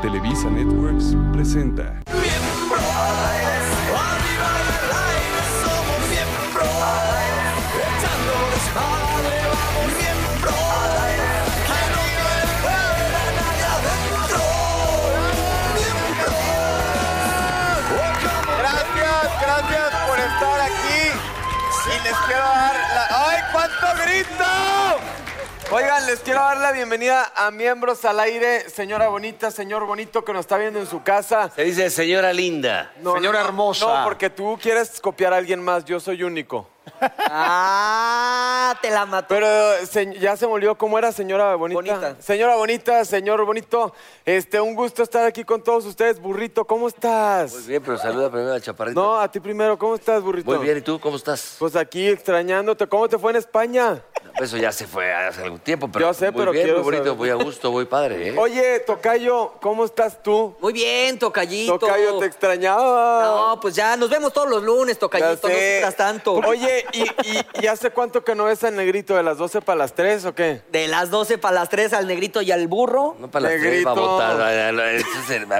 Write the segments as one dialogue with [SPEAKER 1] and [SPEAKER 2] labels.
[SPEAKER 1] Televisa Networks presenta.
[SPEAKER 2] Gracias, gracias por estar aquí. Y les quiero dar la... ¡Ay, cuánto grito! Oigan, les quiero dar la bienvenida a Miembros al Aire, señora bonita, señor bonito que nos está viendo en su casa.
[SPEAKER 3] Se dice señora linda.
[SPEAKER 2] No,
[SPEAKER 4] Señora
[SPEAKER 2] no, no,
[SPEAKER 4] hermosa.
[SPEAKER 2] No, porque tú quieres copiar a alguien más, yo soy único.
[SPEAKER 5] Ah, te la mató.
[SPEAKER 2] Pero se- ya se me olvidó cómo era, señora bonita.
[SPEAKER 5] Bonita.
[SPEAKER 2] Señora bonita, señor bonito, este, un gusto estar aquí con todos ustedes. Burrito, ¿cómo estás?
[SPEAKER 3] Muy bien, pero saluda primero al chaparrito.
[SPEAKER 2] no, a ti primero, ¿cómo estás, burrito?
[SPEAKER 3] Muy bien, ¿y tú cómo estás?
[SPEAKER 2] Pues aquí extrañándote. ¿Cómo te fue en España?
[SPEAKER 3] Eso ya se fue hace algún tiempo, pero
[SPEAKER 2] Yo sé,
[SPEAKER 3] muy
[SPEAKER 2] pero
[SPEAKER 3] bien,
[SPEAKER 2] quiero
[SPEAKER 3] muy bonito,
[SPEAKER 2] saber.
[SPEAKER 3] voy a gusto, voy padre, ¿eh?
[SPEAKER 2] Oye, Tocayo, ¿cómo estás tú?
[SPEAKER 5] Muy bien, Tocayito.
[SPEAKER 2] Tocayo, te extrañaba.
[SPEAKER 5] No, pues ya nos vemos todos los lunes,
[SPEAKER 2] Ya
[SPEAKER 5] Tocayito. No
[SPEAKER 2] sé.
[SPEAKER 5] sufras tanto.
[SPEAKER 2] Oye, ¿y, y, y hace cuánto que no ves al negrito? ¿De las 12 para las 3 o qué?
[SPEAKER 5] De las 12 para las 3 al negrito y al burro.
[SPEAKER 3] No para las tres,
[SPEAKER 2] Negrito.
[SPEAKER 3] babota. A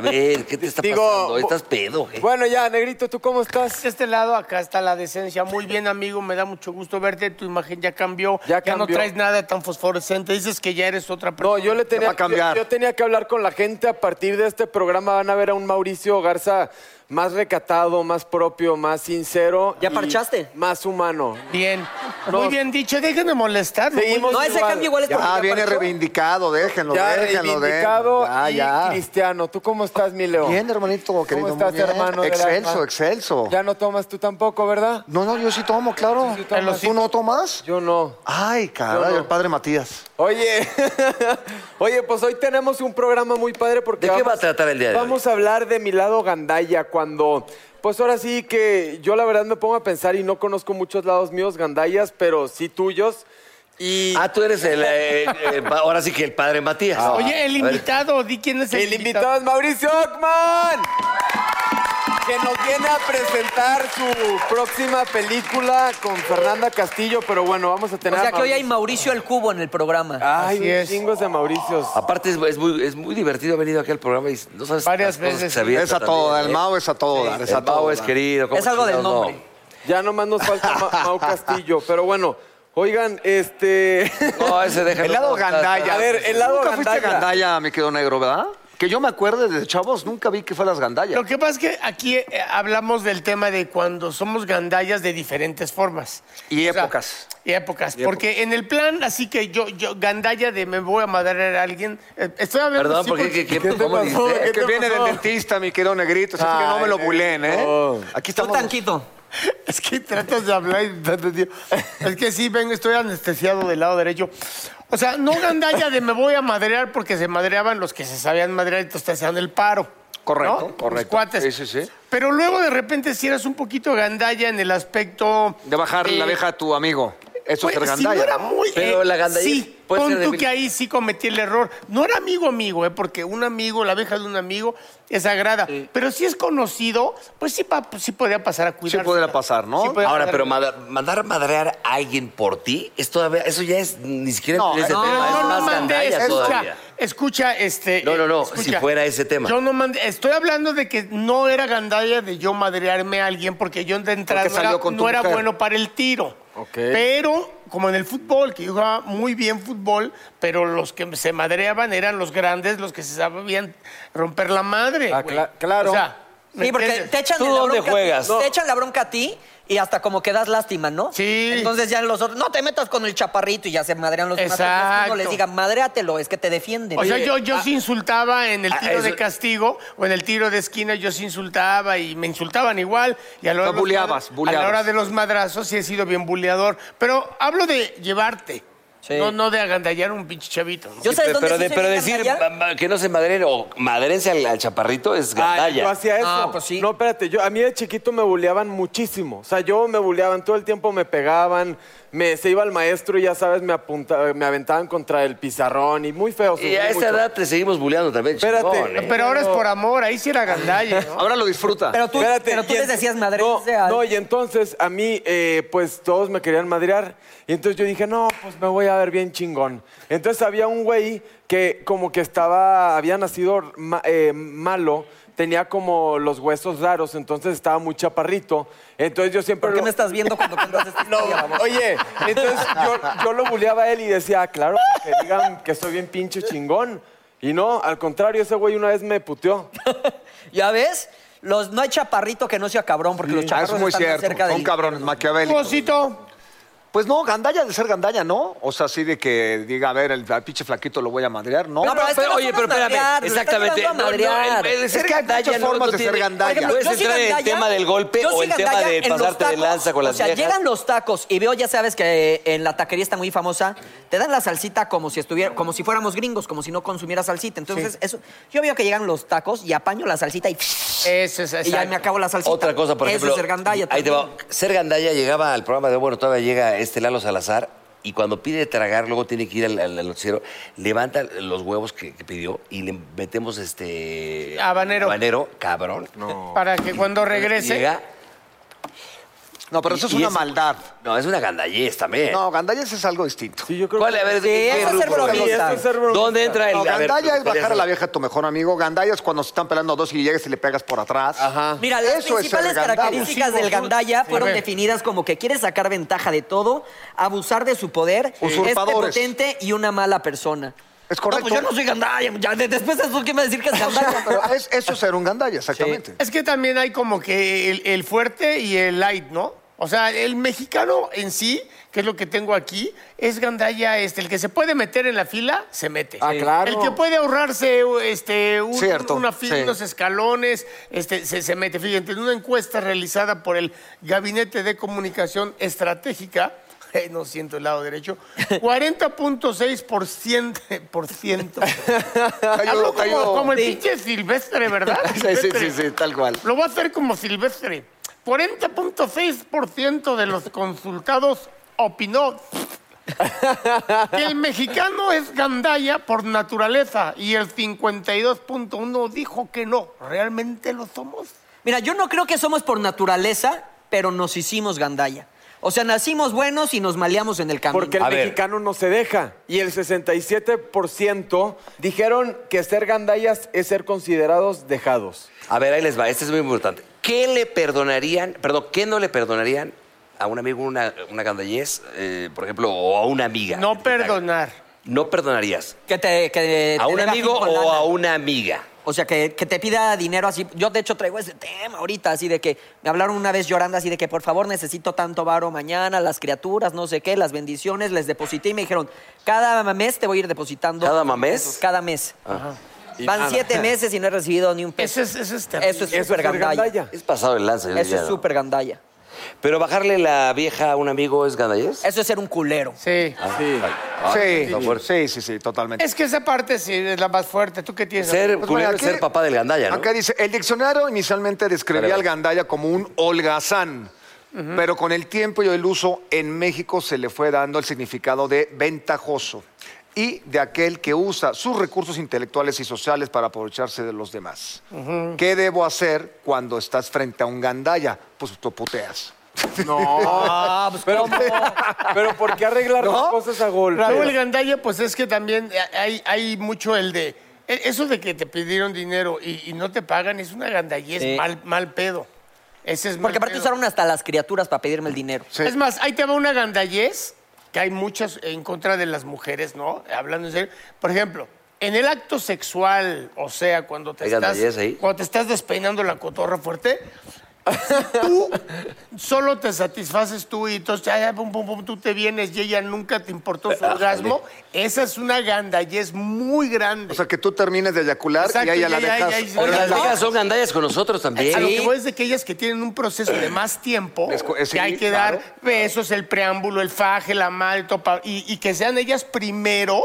[SPEAKER 3] ver, ¿qué te está
[SPEAKER 2] Digo,
[SPEAKER 3] pasando?
[SPEAKER 2] bu-
[SPEAKER 3] ¿Estás pedo? eh?
[SPEAKER 2] Bueno, ya, negrito, ¿tú cómo estás?
[SPEAKER 6] De este lado, acá está la decencia. Muy bien, amigo, me da mucho gusto verte. Tu imagen ya cambió.
[SPEAKER 2] Ya
[SPEAKER 6] no
[SPEAKER 2] cambió.
[SPEAKER 6] traes nada tan fosforescente. Dices que ya eres otra persona.
[SPEAKER 2] No, yo le tenía,
[SPEAKER 4] va a cambiar.
[SPEAKER 2] Yo, yo tenía que hablar con la gente. A partir de este programa van a ver a un Mauricio Garza más recatado, más propio, más sincero.
[SPEAKER 5] ¿Ya
[SPEAKER 2] y
[SPEAKER 5] parchaste?
[SPEAKER 2] Más humano.
[SPEAKER 6] Bien.
[SPEAKER 2] No.
[SPEAKER 6] Muy bien dicho, déjenme molestar. Muy
[SPEAKER 2] Seguimos
[SPEAKER 5] No, ese
[SPEAKER 2] igual.
[SPEAKER 5] cambio igual es porque
[SPEAKER 4] Ya
[SPEAKER 5] ya
[SPEAKER 4] viene
[SPEAKER 5] partió.
[SPEAKER 4] reivindicado, déjenlo,
[SPEAKER 2] Ya
[SPEAKER 4] déjenlo,
[SPEAKER 2] reivindicado
[SPEAKER 4] déjenlo. Ya,
[SPEAKER 2] y
[SPEAKER 4] ya.
[SPEAKER 2] cristiano. ¿Tú cómo estás, mi Leo?
[SPEAKER 4] Bien, hermanito, querido. muy
[SPEAKER 2] ¿Cómo estás,
[SPEAKER 4] bien.
[SPEAKER 2] hermano? del
[SPEAKER 4] Excelso,
[SPEAKER 2] alma?
[SPEAKER 4] excelso.
[SPEAKER 2] Ya no tomas tú tampoco, ¿verdad?
[SPEAKER 4] No, no, yo sí tomo, claro.
[SPEAKER 2] Sí, sí tomas.
[SPEAKER 4] ¿Tú no tomas? Ah,
[SPEAKER 2] Yo no.
[SPEAKER 4] Ay, caray,
[SPEAKER 2] Yo no.
[SPEAKER 4] el padre Matías.
[SPEAKER 2] Oye, oye, pues hoy tenemos un programa muy padre porque
[SPEAKER 3] ¿De qué va a tratar el día de hoy?
[SPEAKER 2] Vamos a hablar de mi lado gandaya cuando, pues ahora sí que yo la verdad me pongo a pensar y no conozco muchos lados míos gandayas, pero sí tuyos y Ah.
[SPEAKER 3] Ah, tú eres el. eh, eh, pa- ahora sí que el padre Matías.
[SPEAKER 6] bien. Oye, el
[SPEAKER 3] A ver,
[SPEAKER 6] invitado, di quién es el,
[SPEAKER 2] el invitado es Mauricio Ockman. Que nos viene a presentar su próxima película con Fernanda Castillo, pero bueno, vamos a tener.
[SPEAKER 5] O sea
[SPEAKER 2] a
[SPEAKER 5] que hoy hay
[SPEAKER 2] Mauricio.
[SPEAKER 5] Mauricio el Cubo en el programa.
[SPEAKER 2] Ay,
[SPEAKER 6] Así
[SPEAKER 2] un
[SPEAKER 6] es.
[SPEAKER 2] chingos de Mauricios.
[SPEAKER 3] Aparte, es, es muy, es muy divertido. He venido aquí al programa y no sabes.
[SPEAKER 6] Varias
[SPEAKER 3] las cosas que
[SPEAKER 6] veces.
[SPEAKER 3] se avienta
[SPEAKER 4] Es a
[SPEAKER 3] también,
[SPEAKER 4] todo, dar,
[SPEAKER 3] ¿eh?
[SPEAKER 4] el Mao es a todo, dar, es
[SPEAKER 3] El
[SPEAKER 4] a todo.
[SPEAKER 3] Mao es
[SPEAKER 4] dar.
[SPEAKER 3] querido. ¿cómo
[SPEAKER 5] Es algo del
[SPEAKER 3] chingados no?
[SPEAKER 5] nombre.
[SPEAKER 2] Ya nomás nos falta Ma- Mau Castillo, pero bueno, oigan, este...
[SPEAKER 3] No, ese déjalo.
[SPEAKER 4] El lado
[SPEAKER 3] No, está-
[SPEAKER 4] gandalla.
[SPEAKER 2] A ver, el lado
[SPEAKER 4] Nunca fuiste
[SPEAKER 2] gandalla.
[SPEAKER 4] gandalla, mi querido negro, ¿verdad? Que yo me acuerde de chavos, nunca vi que fueras gandalla.
[SPEAKER 6] Lo que pasa es que aquí eh, hablamos del tema de cuando somos gandallas de diferentes formas.
[SPEAKER 4] Y
[SPEAKER 6] O sea,
[SPEAKER 4] épocas.
[SPEAKER 6] y épocas. porque en el plan, así que yo, yo gandalla de me voy a madrear a alguien. eh, Estoy hablando
[SPEAKER 3] Perdón,
[SPEAKER 6] así
[SPEAKER 3] porque
[SPEAKER 6] porque-
[SPEAKER 3] ¿qué, qué, cómo dijiste?
[SPEAKER 4] que viene del dentista, mi querido negrito. Así que no me lo bulen, ¿eh? Aquí
[SPEAKER 5] Tú
[SPEAKER 4] estamos.
[SPEAKER 5] tanquito.
[SPEAKER 6] Es que tratas de hablar y tanto, tío. Es que sí, vengo, estoy anestesiado del lado derecho. O sea, no gandalla de me voy a madrear porque se madreaban los que se sabían madrear y te hacían el paro.
[SPEAKER 4] Correcto,
[SPEAKER 6] ¿no? Los
[SPEAKER 4] correcto.
[SPEAKER 6] cuates.
[SPEAKER 4] Sí, sí, sí.
[SPEAKER 6] Pero luego de repente si eras un poquito gandalla en el aspecto...
[SPEAKER 4] De bajar la
[SPEAKER 6] eh,
[SPEAKER 4] abeja a tu amigo. Eso
[SPEAKER 6] pues,
[SPEAKER 4] es ser
[SPEAKER 6] si no
[SPEAKER 4] gandalla.
[SPEAKER 6] era
[SPEAKER 4] ¿no?
[SPEAKER 6] muy...
[SPEAKER 3] Pero
[SPEAKER 6] eh,
[SPEAKER 3] la gandalla
[SPEAKER 6] Sí,
[SPEAKER 3] puede
[SPEAKER 6] pon
[SPEAKER 3] ser de
[SPEAKER 6] tú
[SPEAKER 3] mil-
[SPEAKER 6] que ahí sí cometí el error. No era amigo amigo, eh, porque un amigo, la abeja de un amigo es sagrada. Pero si es conocido, pues sí, pa- sí podría pasar a cuidar.
[SPEAKER 4] podría pasar, ¿no?
[SPEAKER 3] Ahora, pero mada- mandar a madrear a alguien por ti, es todavía, eso ya es ni siquiera
[SPEAKER 4] No,
[SPEAKER 3] ese
[SPEAKER 4] no,
[SPEAKER 3] tema,
[SPEAKER 6] No,
[SPEAKER 3] es
[SPEAKER 6] no
[SPEAKER 3] más
[SPEAKER 6] mandé,
[SPEAKER 3] gandalla
[SPEAKER 6] escucha,
[SPEAKER 3] todavía.
[SPEAKER 6] escucha, este...
[SPEAKER 3] No, no, no,
[SPEAKER 6] eh, escucha.
[SPEAKER 3] si fuera ese tema.
[SPEAKER 6] Yo no mandé, estoy hablando de que no era gandalla de yo madrearme a alguien porque yo de entrada
[SPEAKER 4] Porque
[SPEAKER 6] no era,
[SPEAKER 4] salió con tu
[SPEAKER 6] no era
[SPEAKER 4] mujer.
[SPEAKER 6] bueno para el tiro.
[SPEAKER 2] Ok.
[SPEAKER 6] Pero, como en el fútbol, que yo jugaba muy bien fútbol, pero los que se madreaban eran los grandes, los que se sabían romper la madre.
[SPEAKER 2] Ah,
[SPEAKER 6] güey.
[SPEAKER 2] cla- claro.
[SPEAKER 6] O sea, ¿me
[SPEAKER 5] Sí, porque
[SPEAKER 6] entiendes?
[SPEAKER 5] te echan
[SPEAKER 2] ¿Tú
[SPEAKER 5] la
[SPEAKER 2] dónde
[SPEAKER 5] bronca a ti-
[SPEAKER 2] juegas? No.
[SPEAKER 5] Te echan la bronca a ti y hasta como que das lástima, ¿no?
[SPEAKER 6] Sí.
[SPEAKER 5] Entonces ya los otros, no te metas con el chaparrito y ya se madrean los demás.
[SPEAKER 6] Exacto.
[SPEAKER 5] No les digan, madréatelo, es que te defienden.
[SPEAKER 6] O sea, yo,
[SPEAKER 4] ah,
[SPEAKER 6] yo sí insultaba en el
[SPEAKER 3] ah,
[SPEAKER 6] tiro de
[SPEAKER 3] eso-
[SPEAKER 6] castigo o en el tiro de esquina, yo sí insultaba y me insultaban igual. Y a la hora,
[SPEAKER 4] No,
[SPEAKER 6] de los
[SPEAKER 4] buleabas,
[SPEAKER 6] madra-
[SPEAKER 4] buleabas.
[SPEAKER 6] A la hora de los madrazos sí he sido bien buleador. Pero hablo de llevarte.
[SPEAKER 5] Sí.
[SPEAKER 6] No, no de agandallar a un pinche chavito. ¿no?
[SPEAKER 5] Yo sabes dónde
[SPEAKER 3] pero,
[SPEAKER 5] sí
[SPEAKER 3] de-
[SPEAKER 5] soy
[SPEAKER 3] pero
[SPEAKER 5] bien
[SPEAKER 3] decir
[SPEAKER 5] gandalla?
[SPEAKER 3] ma- ma- que no se madren o madrense al, al chaparrito es
[SPEAKER 2] Ah,
[SPEAKER 3] gandalla.
[SPEAKER 2] yo hacía eso.
[SPEAKER 5] Ah, pues sí.
[SPEAKER 2] No, espérate, yo, a mí de chiquito me bulleaban muchísimo. O sea, yo me bulleaban, todo el tiempo me pegaban, me, se iba al maestro y ya sabes, me, apunta, me aventaban contra el pizarrón y muy feo.
[SPEAKER 3] y a
[SPEAKER 2] sufrí
[SPEAKER 3] esa
[SPEAKER 2] mucho.
[SPEAKER 3] edad te seguimos bulleando también,
[SPEAKER 2] Espérate.
[SPEAKER 3] chingón, ¿eh?
[SPEAKER 6] Pero ahora es por amor, ahí sí era agandalle, ¿no?
[SPEAKER 4] Ahora lo disfruta.
[SPEAKER 5] Pero tú,
[SPEAKER 2] Espérate,
[SPEAKER 5] pero tú
[SPEAKER 2] y
[SPEAKER 5] les
[SPEAKER 2] en-
[SPEAKER 5] decías madre.
[SPEAKER 2] No, no, y entonces a mí, eh, pues todos me querían madrear. Y entonces yo dije, no, pues me voy a ver bien chingón. Entonces había un güey que como que estaba, había nacido ma- eh, malo, tenía como los huesos raros, entonces estaba muy chaparrito. Entonces yo siempre...
[SPEAKER 5] ¿Por qué
[SPEAKER 2] lo-
[SPEAKER 5] me estás viendo cuando este cuentas esta
[SPEAKER 2] No,
[SPEAKER 5] historia, vamos?
[SPEAKER 2] oye, entonces yo, yo lo buleaba a él y decía, "Ah, claro, que digan que soy bien pinche chingón. Y no, al contrario, ese güey una vez me puteó.
[SPEAKER 5] ¿Ya ves? Los, no hay chaparrito que no sea cabrón, porque los
[SPEAKER 4] Ah, eso
[SPEAKER 5] chaparros
[SPEAKER 4] es muy
[SPEAKER 5] están más
[SPEAKER 4] cierto.
[SPEAKER 5] cerca de
[SPEAKER 4] Son cabrones maquiavélicos.
[SPEAKER 6] Osito,
[SPEAKER 4] Pues no, gandalla de ser gandalla, ¿no? O sea, así de que diga, a ver, el al pinche flaquito lo voy a madrear, ¿no.
[SPEAKER 5] No, pero es que no
[SPEAKER 3] oye,
[SPEAKER 5] son
[SPEAKER 3] pero
[SPEAKER 5] a
[SPEAKER 3] espérame,
[SPEAKER 5] madrear, lo están
[SPEAKER 3] exactamente.
[SPEAKER 5] llevando a
[SPEAKER 3] No, no,
[SPEAKER 5] madrear.
[SPEAKER 3] el- el
[SPEAKER 4] Es
[SPEAKER 3] ser
[SPEAKER 4] que hay
[SPEAKER 3] gandalla
[SPEAKER 4] muchas
[SPEAKER 3] no-
[SPEAKER 4] formas
[SPEAKER 3] no
[SPEAKER 4] de ser
[SPEAKER 3] tiene-
[SPEAKER 4] gandalla.
[SPEAKER 3] Por ejemplo,
[SPEAKER 5] yo
[SPEAKER 3] Puedes
[SPEAKER 5] sí
[SPEAKER 3] entrar en el
[SPEAKER 5] gandalla-
[SPEAKER 3] tema del golpe
[SPEAKER 5] yo
[SPEAKER 3] o
[SPEAKER 5] sí
[SPEAKER 3] el tema
[SPEAKER 5] gandalla
[SPEAKER 3] de
[SPEAKER 5] en los
[SPEAKER 3] pasarte de
[SPEAKER 5] tacos.
[SPEAKER 3] lanza con las
[SPEAKER 5] O sea,
[SPEAKER 3] viejas.
[SPEAKER 5] llegan los tacos y veo, ya sabes que en la taquería está muy famosa, te dan la salsita como si estuviera, como si fuéramos gringos, como si no consumiera salsita. Entonces, eso, yo veo que llegan los tacos y apaño la salsita y,
[SPEAKER 6] eso es
[SPEAKER 5] y ya
[SPEAKER 6] exacto.
[SPEAKER 5] me acabo la salsita.
[SPEAKER 3] Otra cosa, por
[SPEAKER 5] Eso
[SPEAKER 3] ejemplo.
[SPEAKER 5] es ser gandalla
[SPEAKER 3] ahí te va.
[SPEAKER 5] también.
[SPEAKER 3] Ser gandalla llegaba al programa de Bueno, todavía llega este Lalo Salazar y cuando pide tragar, luego tiene que ir al, al- al noticiero, levanta los huevos que, que pidió y le metemos este.
[SPEAKER 6] Habanero.
[SPEAKER 3] Habanero, cabrón. No.
[SPEAKER 6] Para que cuando regrese.
[SPEAKER 3] Llega.
[SPEAKER 4] No, pero eso es
[SPEAKER 3] y- y
[SPEAKER 4] una
[SPEAKER 3] es-
[SPEAKER 4] maldad.
[SPEAKER 3] No, es una gandallez también.
[SPEAKER 4] No, gandalla es algo distinto.
[SPEAKER 2] Sí, yo creo
[SPEAKER 3] ¿Cuál?
[SPEAKER 2] que-
[SPEAKER 3] A ver,
[SPEAKER 5] Sí,
[SPEAKER 3] ¿qué
[SPEAKER 5] eso es ser
[SPEAKER 3] rubro?
[SPEAKER 5] bromista.
[SPEAKER 2] Eso es ser bromista.
[SPEAKER 3] ¿Dónde entra el.?
[SPEAKER 4] No,
[SPEAKER 3] a ver,
[SPEAKER 4] gandalla es
[SPEAKER 3] ¿cuál
[SPEAKER 4] bajar a la vieja a tu mejor amigo. Gandalla es cuando se están peleando dos y llegas y le pegas por atrás.
[SPEAKER 2] Ajá.
[SPEAKER 5] Mira, las
[SPEAKER 4] Eso es ser
[SPEAKER 5] principales
[SPEAKER 4] gandalla.
[SPEAKER 5] características del gandalla fueron
[SPEAKER 6] ver.
[SPEAKER 5] definidas como que quiere sacar ventaja de todo, abusar de su poder, es
[SPEAKER 4] Usurpadores.
[SPEAKER 5] potente y una mala persona.
[SPEAKER 4] Es correcto.
[SPEAKER 5] No, pues yo no soy gandalla. ya de- después de eso, ¿quién me va a decir que es gandalla? Pero-
[SPEAKER 4] Pero es- eso es ser un gandalla, exactamente.
[SPEAKER 6] Es que también hay como que el, el fuerte y el light, ¿no? O sea, el mexicano en sí, que es lo que tengo aquí, es gandalla este. El que se puede meter en la fila, se mete.
[SPEAKER 2] Ah, claro.
[SPEAKER 6] El que puede ahorrarse este, un-
[SPEAKER 4] Cierto,
[SPEAKER 6] una fila,
[SPEAKER 4] sí.
[SPEAKER 6] unos escalones, este, se, se mete. Fíjate, en una encuesta realizada por el Gabinete de Comunicación Estratégica, eh, no siento el lado derecho, 40.6%. por ciento.
[SPEAKER 4] Cayó-
[SPEAKER 6] Hablo
[SPEAKER 4] cayó-
[SPEAKER 6] como, como el
[SPEAKER 5] Sí.
[SPEAKER 6] pinche silvestre, ¿verdad?
[SPEAKER 4] Sí, sí, sí,
[SPEAKER 6] Silvestre.
[SPEAKER 4] sí, tal cual.
[SPEAKER 6] Lo voy a hacer como silvestre. 40.6% de los consultados opinó que el mexicano es gandalla por naturaleza y el 52.1% dijo que no. ¿Realmente lo somos?
[SPEAKER 5] Mira, yo no creo que somos por naturaleza, pero nos hicimos gandalla. O sea, nacimos buenos y nos maleamos en el camino.
[SPEAKER 2] Porque el
[SPEAKER 3] A ver.
[SPEAKER 2] mexicano no se deja. Y el 67% dijeron que ser gandallas es ser considerados dejados.
[SPEAKER 3] A ver, ahí les va, este es muy importante. ¿Qué le perdonarían, perdón, qué no le perdonarían a un amigo, una, una gandallez, eh, por ejemplo, o a una amiga?
[SPEAKER 6] No perdonar.
[SPEAKER 3] No perdonarías.
[SPEAKER 5] Que te, que
[SPEAKER 3] ¿A
[SPEAKER 5] te
[SPEAKER 3] un
[SPEAKER 5] deba
[SPEAKER 3] amigo
[SPEAKER 5] Eh, cinco lana.
[SPEAKER 3] o a una amiga?
[SPEAKER 5] O sea, que, que te pida dinero así. Yo, de hecho, traigo ese tema ahorita, así de que me hablaron una vez llorando, así de que por favor necesito tanto varo mañana, las criaturas, no sé qué, las bendiciones, les deposité y me dijeron, cada mes te voy a ir depositando.
[SPEAKER 3] ¿Cada
[SPEAKER 5] cinco
[SPEAKER 3] mes?
[SPEAKER 5] pesos, Cada mes.
[SPEAKER 2] Y
[SPEAKER 5] Van
[SPEAKER 2] nada.
[SPEAKER 5] siete meses y no he recibido ni un peso.
[SPEAKER 6] Eso es, eso es terrible.
[SPEAKER 5] Eso es
[SPEAKER 2] Eso es
[SPEAKER 5] súper
[SPEAKER 2] ser
[SPEAKER 5] gandalla.
[SPEAKER 2] gandalla.
[SPEAKER 3] Es pasado el lance. yo
[SPEAKER 5] Eso
[SPEAKER 3] diría,
[SPEAKER 5] es
[SPEAKER 3] ¿no?
[SPEAKER 5] súper gandalla.
[SPEAKER 3] Pero bajarle la vieja a un amigo es Ah, gandallez.
[SPEAKER 5] Eso es ser un culero.
[SPEAKER 6] Sí.
[SPEAKER 2] Sí.
[SPEAKER 4] Sí,
[SPEAKER 3] está fuerte.
[SPEAKER 4] Ah, sí, sí, sí, totalmente.
[SPEAKER 6] Es que esa parte sí es la más fuerte. ¿Tú qué tienes?
[SPEAKER 3] Ser
[SPEAKER 4] Pues, mira,
[SPEAKER 3] culero es
[SPEAKER 4] aquí-
[SPEAKER 3] ser papá del gandalla, ¿no?
[SPEAKER 4] Acá dice, el diccionario inicialmente describía
[SPEAKER 3] Vale,
[SPEAKER 4] al
[SPEAKER 3] vale.
[SPEAKER 4] gandalla como un holgazán, pero con el tiempo y el uso en México se le fue dando el significado de ventajoso y de aquel que usa sus recursos intelectuales y sociales para aprovecharse de los demás. ¿Qué debo hacer cuando estás frente a un gandalla? Pues tú puteas.
[SPEAKER 5] Ah, pues
[SPEAKER 2] Pero,
[SPEAKER 5] ¿cómo?
[SPEAKER 2] pero ¿por qué arreglar
[SPEAKER 4] ¿No?
[SPEAKER 2] las cosas a golpe?
[SPEAKER 6] Luego el gandalla, pues es que también hay, hay mucho el de... e- Eso de que te pidieron dinero y, y no te pagan es una gandallez,
[SPEAKER 5] Sí.
[SPEAKER 6] mal, mal pedo. Ese es mal
[SPEAKER 5] Porque aparte
[SPEAKER 6] pedo.
[SPEAKER 5] usaron hasta las criaturas para pedirme el dinero.
[SPEAKER 4] Sí.
[SPEAKER 6] Es más, ahí te va una gandallez que hay muchas en contra de las mujeres, ¿no? Hablando en serio. Por ejemplo, en el acto sexual, o sea, cuando te,
[SPEAKER 3] ¿Hay
[SPEAKER 6] estás,
[SPEAKER 3] gandallez ahí?
[SPEAKER 6] cuando te estás despeinando la cotorra fuerte, si tú solo te satisfaces tú y entonces ya, ya, pum, pum, pum, tú te vienes y ella nunca te importó su
[SPEAKER 3] Ah,
[SPEAKER 6] orgasmo, esa es una gandallez muy grande.
[SPEAKER 4] O sea, que tú termines de eyacular
[SPEAKER 6] Exacto,
[SPEAKER 4] y a ella
[SPEAKER 6] y
[SPEAKER 4] la
[SPEAKER 6] ya, ya,
[SPEAKER 4] dejas.
[SPEAKER 6] ya, ya,
[SPEAKER 3] Oye,
[SPEAKER 6] Pero
[SPEAKER 3] las
[SPEAKER 6] no.
[SPEAKER 3] viejas son gandallas con nosotros también.
[SPEAKER 6] A lo que voy es de que ellas que tienen un proceso de más tiempo,
[SPEAKER 4] Es co- es-
[SPEAKER 6] que hay
[SPEAKER 4] sí,
[SPEAKER 6] que
[SPEAKER 4] claro.
[SPEAKER 6] dar besos, el preámbulo, el faje, la malto, pa- y, y que sean ellas primero.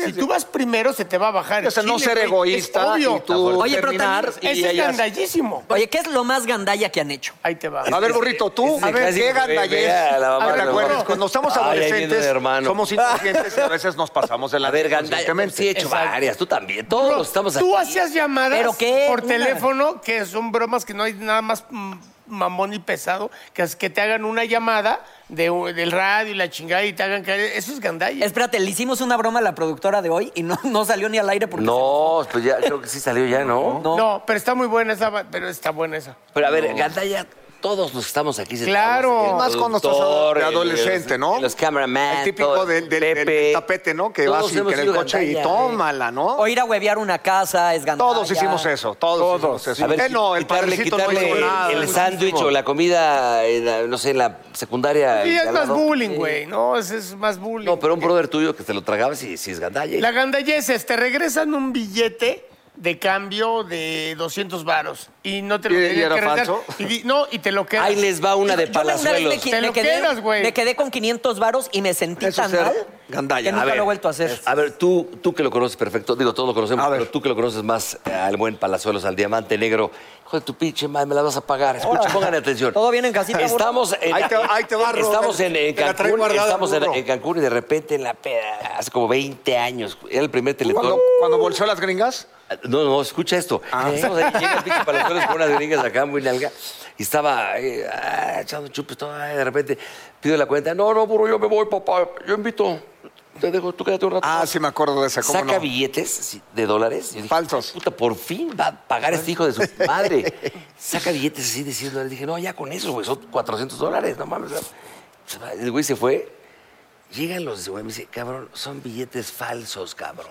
[SPEAKER 6] Si tú vas primero, se te va a bajar. el
[SPEAKER 4] O sea, no
[SPEAKER 6] chile,
[SPEAKER 4] ser
[SPEAKER 6] güey, es
[SPEAKER 4] egoísta
[SPEAKER 6] obvio.
[SPEAKER 4] y tú
[SPEAKER 5] Oye, pero
[SPEAKER 4] terminar.
[SPEAKER 5] también-
[SPEAKER 4] y
[SPEAKER 6] Ese es
[SPEAKER 4] ellas-
[SPEAKER 6] gandallísimo.
[SPEAKER 5] Oye, ¿qué es lo más gandalla que han hecho?
[SPEAKER 6] Ahí te va.
[SPEAKER 4] A ver, burrito, tú, a ver, qué gandallez.
[SPEAKER 3] Vea, la mamá
[SPEAKER 4] Ah, ¿te
[SPEAKER 3] de los
[SPEAKER 4] acuerdas?
[SPEAKER 3] burros.
[SPEAKER 4] Cuando estamos
[SPEAKER 3] Ay, ahí viene
[SPEAKER 4] adolescentes,
[SPEAKER 3] el hermano.
[SPEAKER 4] somos inconscientes y a veces nos pasamos de la
[SPEAKER 3] A ver,
[SPEAKER 4] gandalla.
[SPEAKER 3] gandallas. Sí, he hecho varias. Tú también. Todos
[SPEAKER 6] Bro,
[SPEAKER 3] estamos aquí.
[SPEAKER 6] Tú hacías llamadas
[SPEAKER 5] ¿Pero qué?
[SPEAKER 6] por
[SPEAKER 5] Una.
[SPEAKER 6] teléfono, que son bromas que no hay nada más mm, mamón y pesado, que es que te hagan una llamada de, del radio y la chingada y te hagan caer. Eso es gandalla.
[SPEAKER 5] Espérate, le hicimos una broma a la productora de hoy y no, no salió ni al aire porque...
[SPEAKER 3] No, pues ya creo que sí salió ya, ¿no?
[SPEAKER 5] no.
[SPEAKER 6] No, pero está muy buena esa, pero está buena esa.
[SPEAKER 3] Pero a ver, gandalla, todos los que estamos aquí. sentados,
[SPEAKER 6] Claro.
[SPEAKER 3] el
[SPEAKER 4] Más cuando estás
[SPEAKER 3] productor,
[SPEAKER 4] de
[SPEAKER 3] el-
[SPEAKER 4] adolescente,
[SPEAKER 3] el-
[SPEAKER 4] ¿no?
[SPEAKER 3] Los cameraman.
[SPEAKER 4] El típico
[SPEAKER 3] todo,
[SPEAKER 4] del, del-
[SPEAKER 3] Pepe.
[SPEAKER 4] del tapete, ¿no? Que
[SPEAKER 3] Todos
[SPEAKER 4] vas y
[SPEAKER 3] hemos
[SPEAKER 4] que en el
[SPEAKER 3] sido
[SPEAKER 4] coche y
[SPEAKER 3] gandalla,
[SPEAKER 4] tómala, ¿no?
[SPEAKER 5] O ir a huevear una casa es gandalla.
[SPEAKER 4] todos hicimos eso, todos, hicimos eso.
[SPEAKER 3] eh. A ver,
[SPEAKER 4] Él no, el
[SPEAKER 3] quitarle,
[SPEAKER 4] padrecito no
[SPEAKER 3] quitarle
[SPEAKER 4] hizo nada.
[SPEAKER 3] el sándwich o la comida, en la- no sé, en la secundaria.
[SPEAKER 6] Sí,
[SPEAKER 3] de
[SPEAKER 6] es
[SPEAKER 3] al
[SPEAKER 6] más
[SPEAKER 3] lado.
[SPEAKER 6] bullying, güey. No, ese es más bullying. Eh,
[SPEAKER 3] No, pero un brother tuyo que te lo tragabas y si es gandalla.
[SPEAKER 6] La gandallez es, te regresan un billete de cambio de 200dos varos y no te lo
[SPEAKER 4] ¿Y- y
[SPEAKER 6] querían
[SPEAKER 4] era
[SPEAKER 6] que regresar.
[SPEAKER 4] falso?
[SPEAKER 6] Y di- no, y te lo quedas.
[SPEAKER 3] Ahí les va una de
[SPEAKER 5] Yo me- una vez
[SPEAKER 3] palazuelos.
[SPEAKER 5] me, qui-
[SPEAKER 6] Te
[SPEAKER 5] me
[SPEAKER 6] lo
[SPEAKER 5] quedé,
[SPEAKER 6] quedas, güey.
[SPEAKER 5] me quedé con 500 varos y me sentí
[SPEAKER 4] Eso es
[SPEAKER 5] tan
[SPEAKER 4] ser
[SPEAKER 5] mal
[SPEAKER 4] gandalla.
[SPEAKER 5] que
[SPEAKER 4] A
[SPEAKER 5] nunca
[SPEAKER 4] ver,
[SPEAKER 5] lo he vuelto a hacer.
[SPEAKER 3] A ver, tú, tú que lo conoces perfecto, digo, todos lo conocemos,
[SPEAKER 4] A ver.
[SPEAKER 3] pero tú que lo conoces más eh, al buen Palazuelos, al Diamante Negro, hijo de tu pinche madre, me la vas a pagar. Escucha,
[SPEAKER 5] Ahora.
[SPEAKER 3] pongan atención.
[SPEAKER 5] Todo bien en casita, burro.
[SPEAKER 3] Estamos en,
[SPEAKER 4] Ahí te- ahí te va, Ro,
[SPEAKER 3] estamos en, en
[SPEAKER 4] te la traigo
[SPEAKER 3] Cancún,
[SPEAKER 4] guardada,
[SPEAKER 3] estamos en,
[SPEAKER 4] burro.
[SPEAKER 3] en Cancún y de repente en la peda, hace como 20 años, era el primer teletón.
[SPEAKER 4] Cuando, cuando bolseó las gringas,
[SPEAKER 3] No, no, escucha esto.
[SPEAKER 4] Ah.
[SPEAKER 3] Estamos ahí, llega el pinche Palazuelos con unas gringas acá, muy nalga, y estaba eh, ah, echando chupes, todo, ah, de repente pido la cuenta. No, no, burro, yo me voy, papá, yo invito. Te dejo, tú quédate un rato.
[SPEAKER 4] ah,
[SPEAKER 3] más".
[SPEAKER 4] sí me acuerdo de esa, ¿cómo
[SPEAKER 3] Saca
[SPEAKER 4] no?
[SPEAKER 3] billetes sí, de dólares. Yo dije,
[SPEAKER 4] Falsos.
[SPEAKER 3] Puta, por fin va a pagar este hijo de su madre. Saca billetes así de 100 dólares. Dije, no, ya con eso, güey, son 400 dólares, no mames. Se va, El güey se fue. Llegan los de güey, me dice, cabrón, son billetes falsos, cabrón.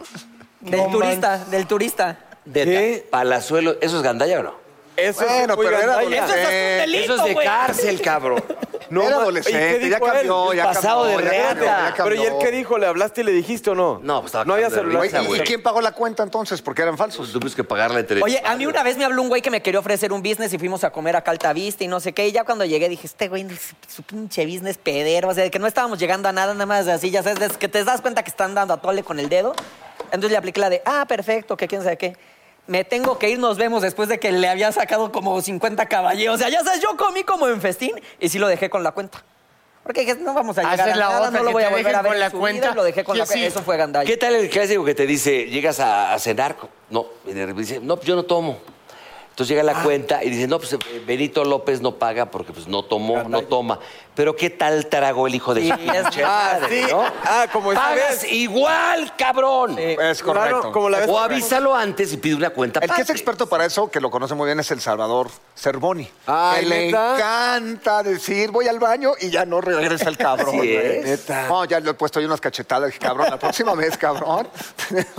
[SPEAKER 5] Del turista, del turista.
[SPEAKER 3] De Palazuelo, ¿eso es gandalla o no?
[SPEAKER 2] Eso
[SPEAKER 4] Bueno, pero era eh,
[SPEAKER 5] Eso es
[SPEAKER 4] adolescente.
[SPEAKER 5] delito,
[SPEAKER 3] eso es de
[SPEAKER 5] güey.
[SPEAKER 3] cárcel, cabrón.
[SPEAKER 4] No, era adolescente, ya cambió, ya
[SPEAKER 3] Pasado
[SPEAKER 4] cambió.
[SPEAKER 3] de
[SPEAKER 4] ya cambió,
[SPEAKER 3] reata.
[SPEAKER 4] ya
[SPEAKER 2] Pero ¿y él
[SPEAKER 4] cambió.
[SPEAKER 2] qué dijo? ¿Le hablaste y le dijiste o no?
[SPEAKER 3] No, pues estaba
[SPEAKER 2] No había
[SPEAKER 3] cagando de
[SPEAKER 2] celular.
[SPEAKER 4] Oye,
[SPEAKER 3] risa,
[SPEAKER 4] ¿y-
[SPEAKER 3] güey.
[SPEAKER 4] ¿Y quién pagó la cuenta entonces? Porque eran falsos.
[SPEAKER 3] Tuvimos que pagarle entre...
[SPEAKER 5] Oye, a mí una vez me habló un güey que me quería ofrecer un business y fuimos a comer a Calta Vista y no sé qué. Y ya cuando llegué dije, este güey, su, su pinche business pedero. O sea, de que no estábamos llegando a nada, nada más así, ya sabes, de esos que te das cuenta que están dando a tole con el dedo. Entonces le apliqué la de, ah, perfecto, que quién sabe qué. Me tengo que ir, nos vemos después de que le había sacado como 50 caballeros. O sea, ya sabes, yo comí como en festín y sí lo dejé con la cuenta. Porque dije, no vamos a llegar
[SPEAKER 6] Haces
[SPEAKER 5] a
[SPEAKER 6] Ah, la
[SPEAKER 5] nada,
[SPEAKER 6] otra,
[SPEAKER 5] no lo
[SPEAKER 6] que
[SPEAKER 5] voy
[SPEAKER 6] te
[SPEAKER 5] a volver
[SPEAKER 6] dejen
[SPEAKER 5] a ver
[SPEAKER 6] con
[SPEAKER 5] en
[SPEAKER 6] la
[SPEAKER 5] su
[SPEAKER 6] cuenta.
[SPEAKER 5] vida, y lo dejé con
[SPEAKER 6] Sí,
[SPEAKER 5] la cuenta.
[SPEAKER 6] sí.
[SPEAKER 5] Eso fue gandalla.
[SPEAKER 3] ¿Qué tal el clásico que te dice, llegas a, a cenar? co- No, y de repente dice, no, pues yo no tomo. Entonces llega
[SPEAKER 4] Ah.
[SPEAKER 3] la cuenta y dice, no, pues eh, Benito López no paga porque pues no tomó, no toma. Pero ¿qué tal trago el hijo de
[SPEAKER 5] Sí,
[SPEAKER 3] su
[SPEAKER 5] es
[SPEAKER 3] pinche
[SPEAKER 2] Ah,
[SPEAKER 3] madre,
[SPEAKER 2] sí.
[SPEAKER 3] ¿no?
[SPEAKER 2] Ah, como esta
[SPEAKER 3] Pagas
[SPEAKER 2] vez.
[SPEAKER 3] igual, cabrón.
[SPEAKER 4] Es correcto.
[SPEAKER 2] Claro, como la vez
[SPEAKER 3] o avísalo antes y pide una cuenta.
[SPEAKER 4] El que es
[SPEAKER 3] aparte.
[SPEAKER 4] experto para eso, que lo conoce muy bien, es el Salvador Cervoni.
[SPEAKER 2] Ay,
[SPEAKER 4] que le
[SPEAKER 2] ¿neta?
[SPEAKER 4] encanta decir, voy al baño y ya no regresa el cabrón.
[SPEAKER 3] Así
[SPEAKER 4] güey.
[SPEAKER 3] es.
[SPEAKER 4] Neta. No, ya le he puesto ahí unas cachetadas. dije, Cabrón, la próxima vez, cabrón,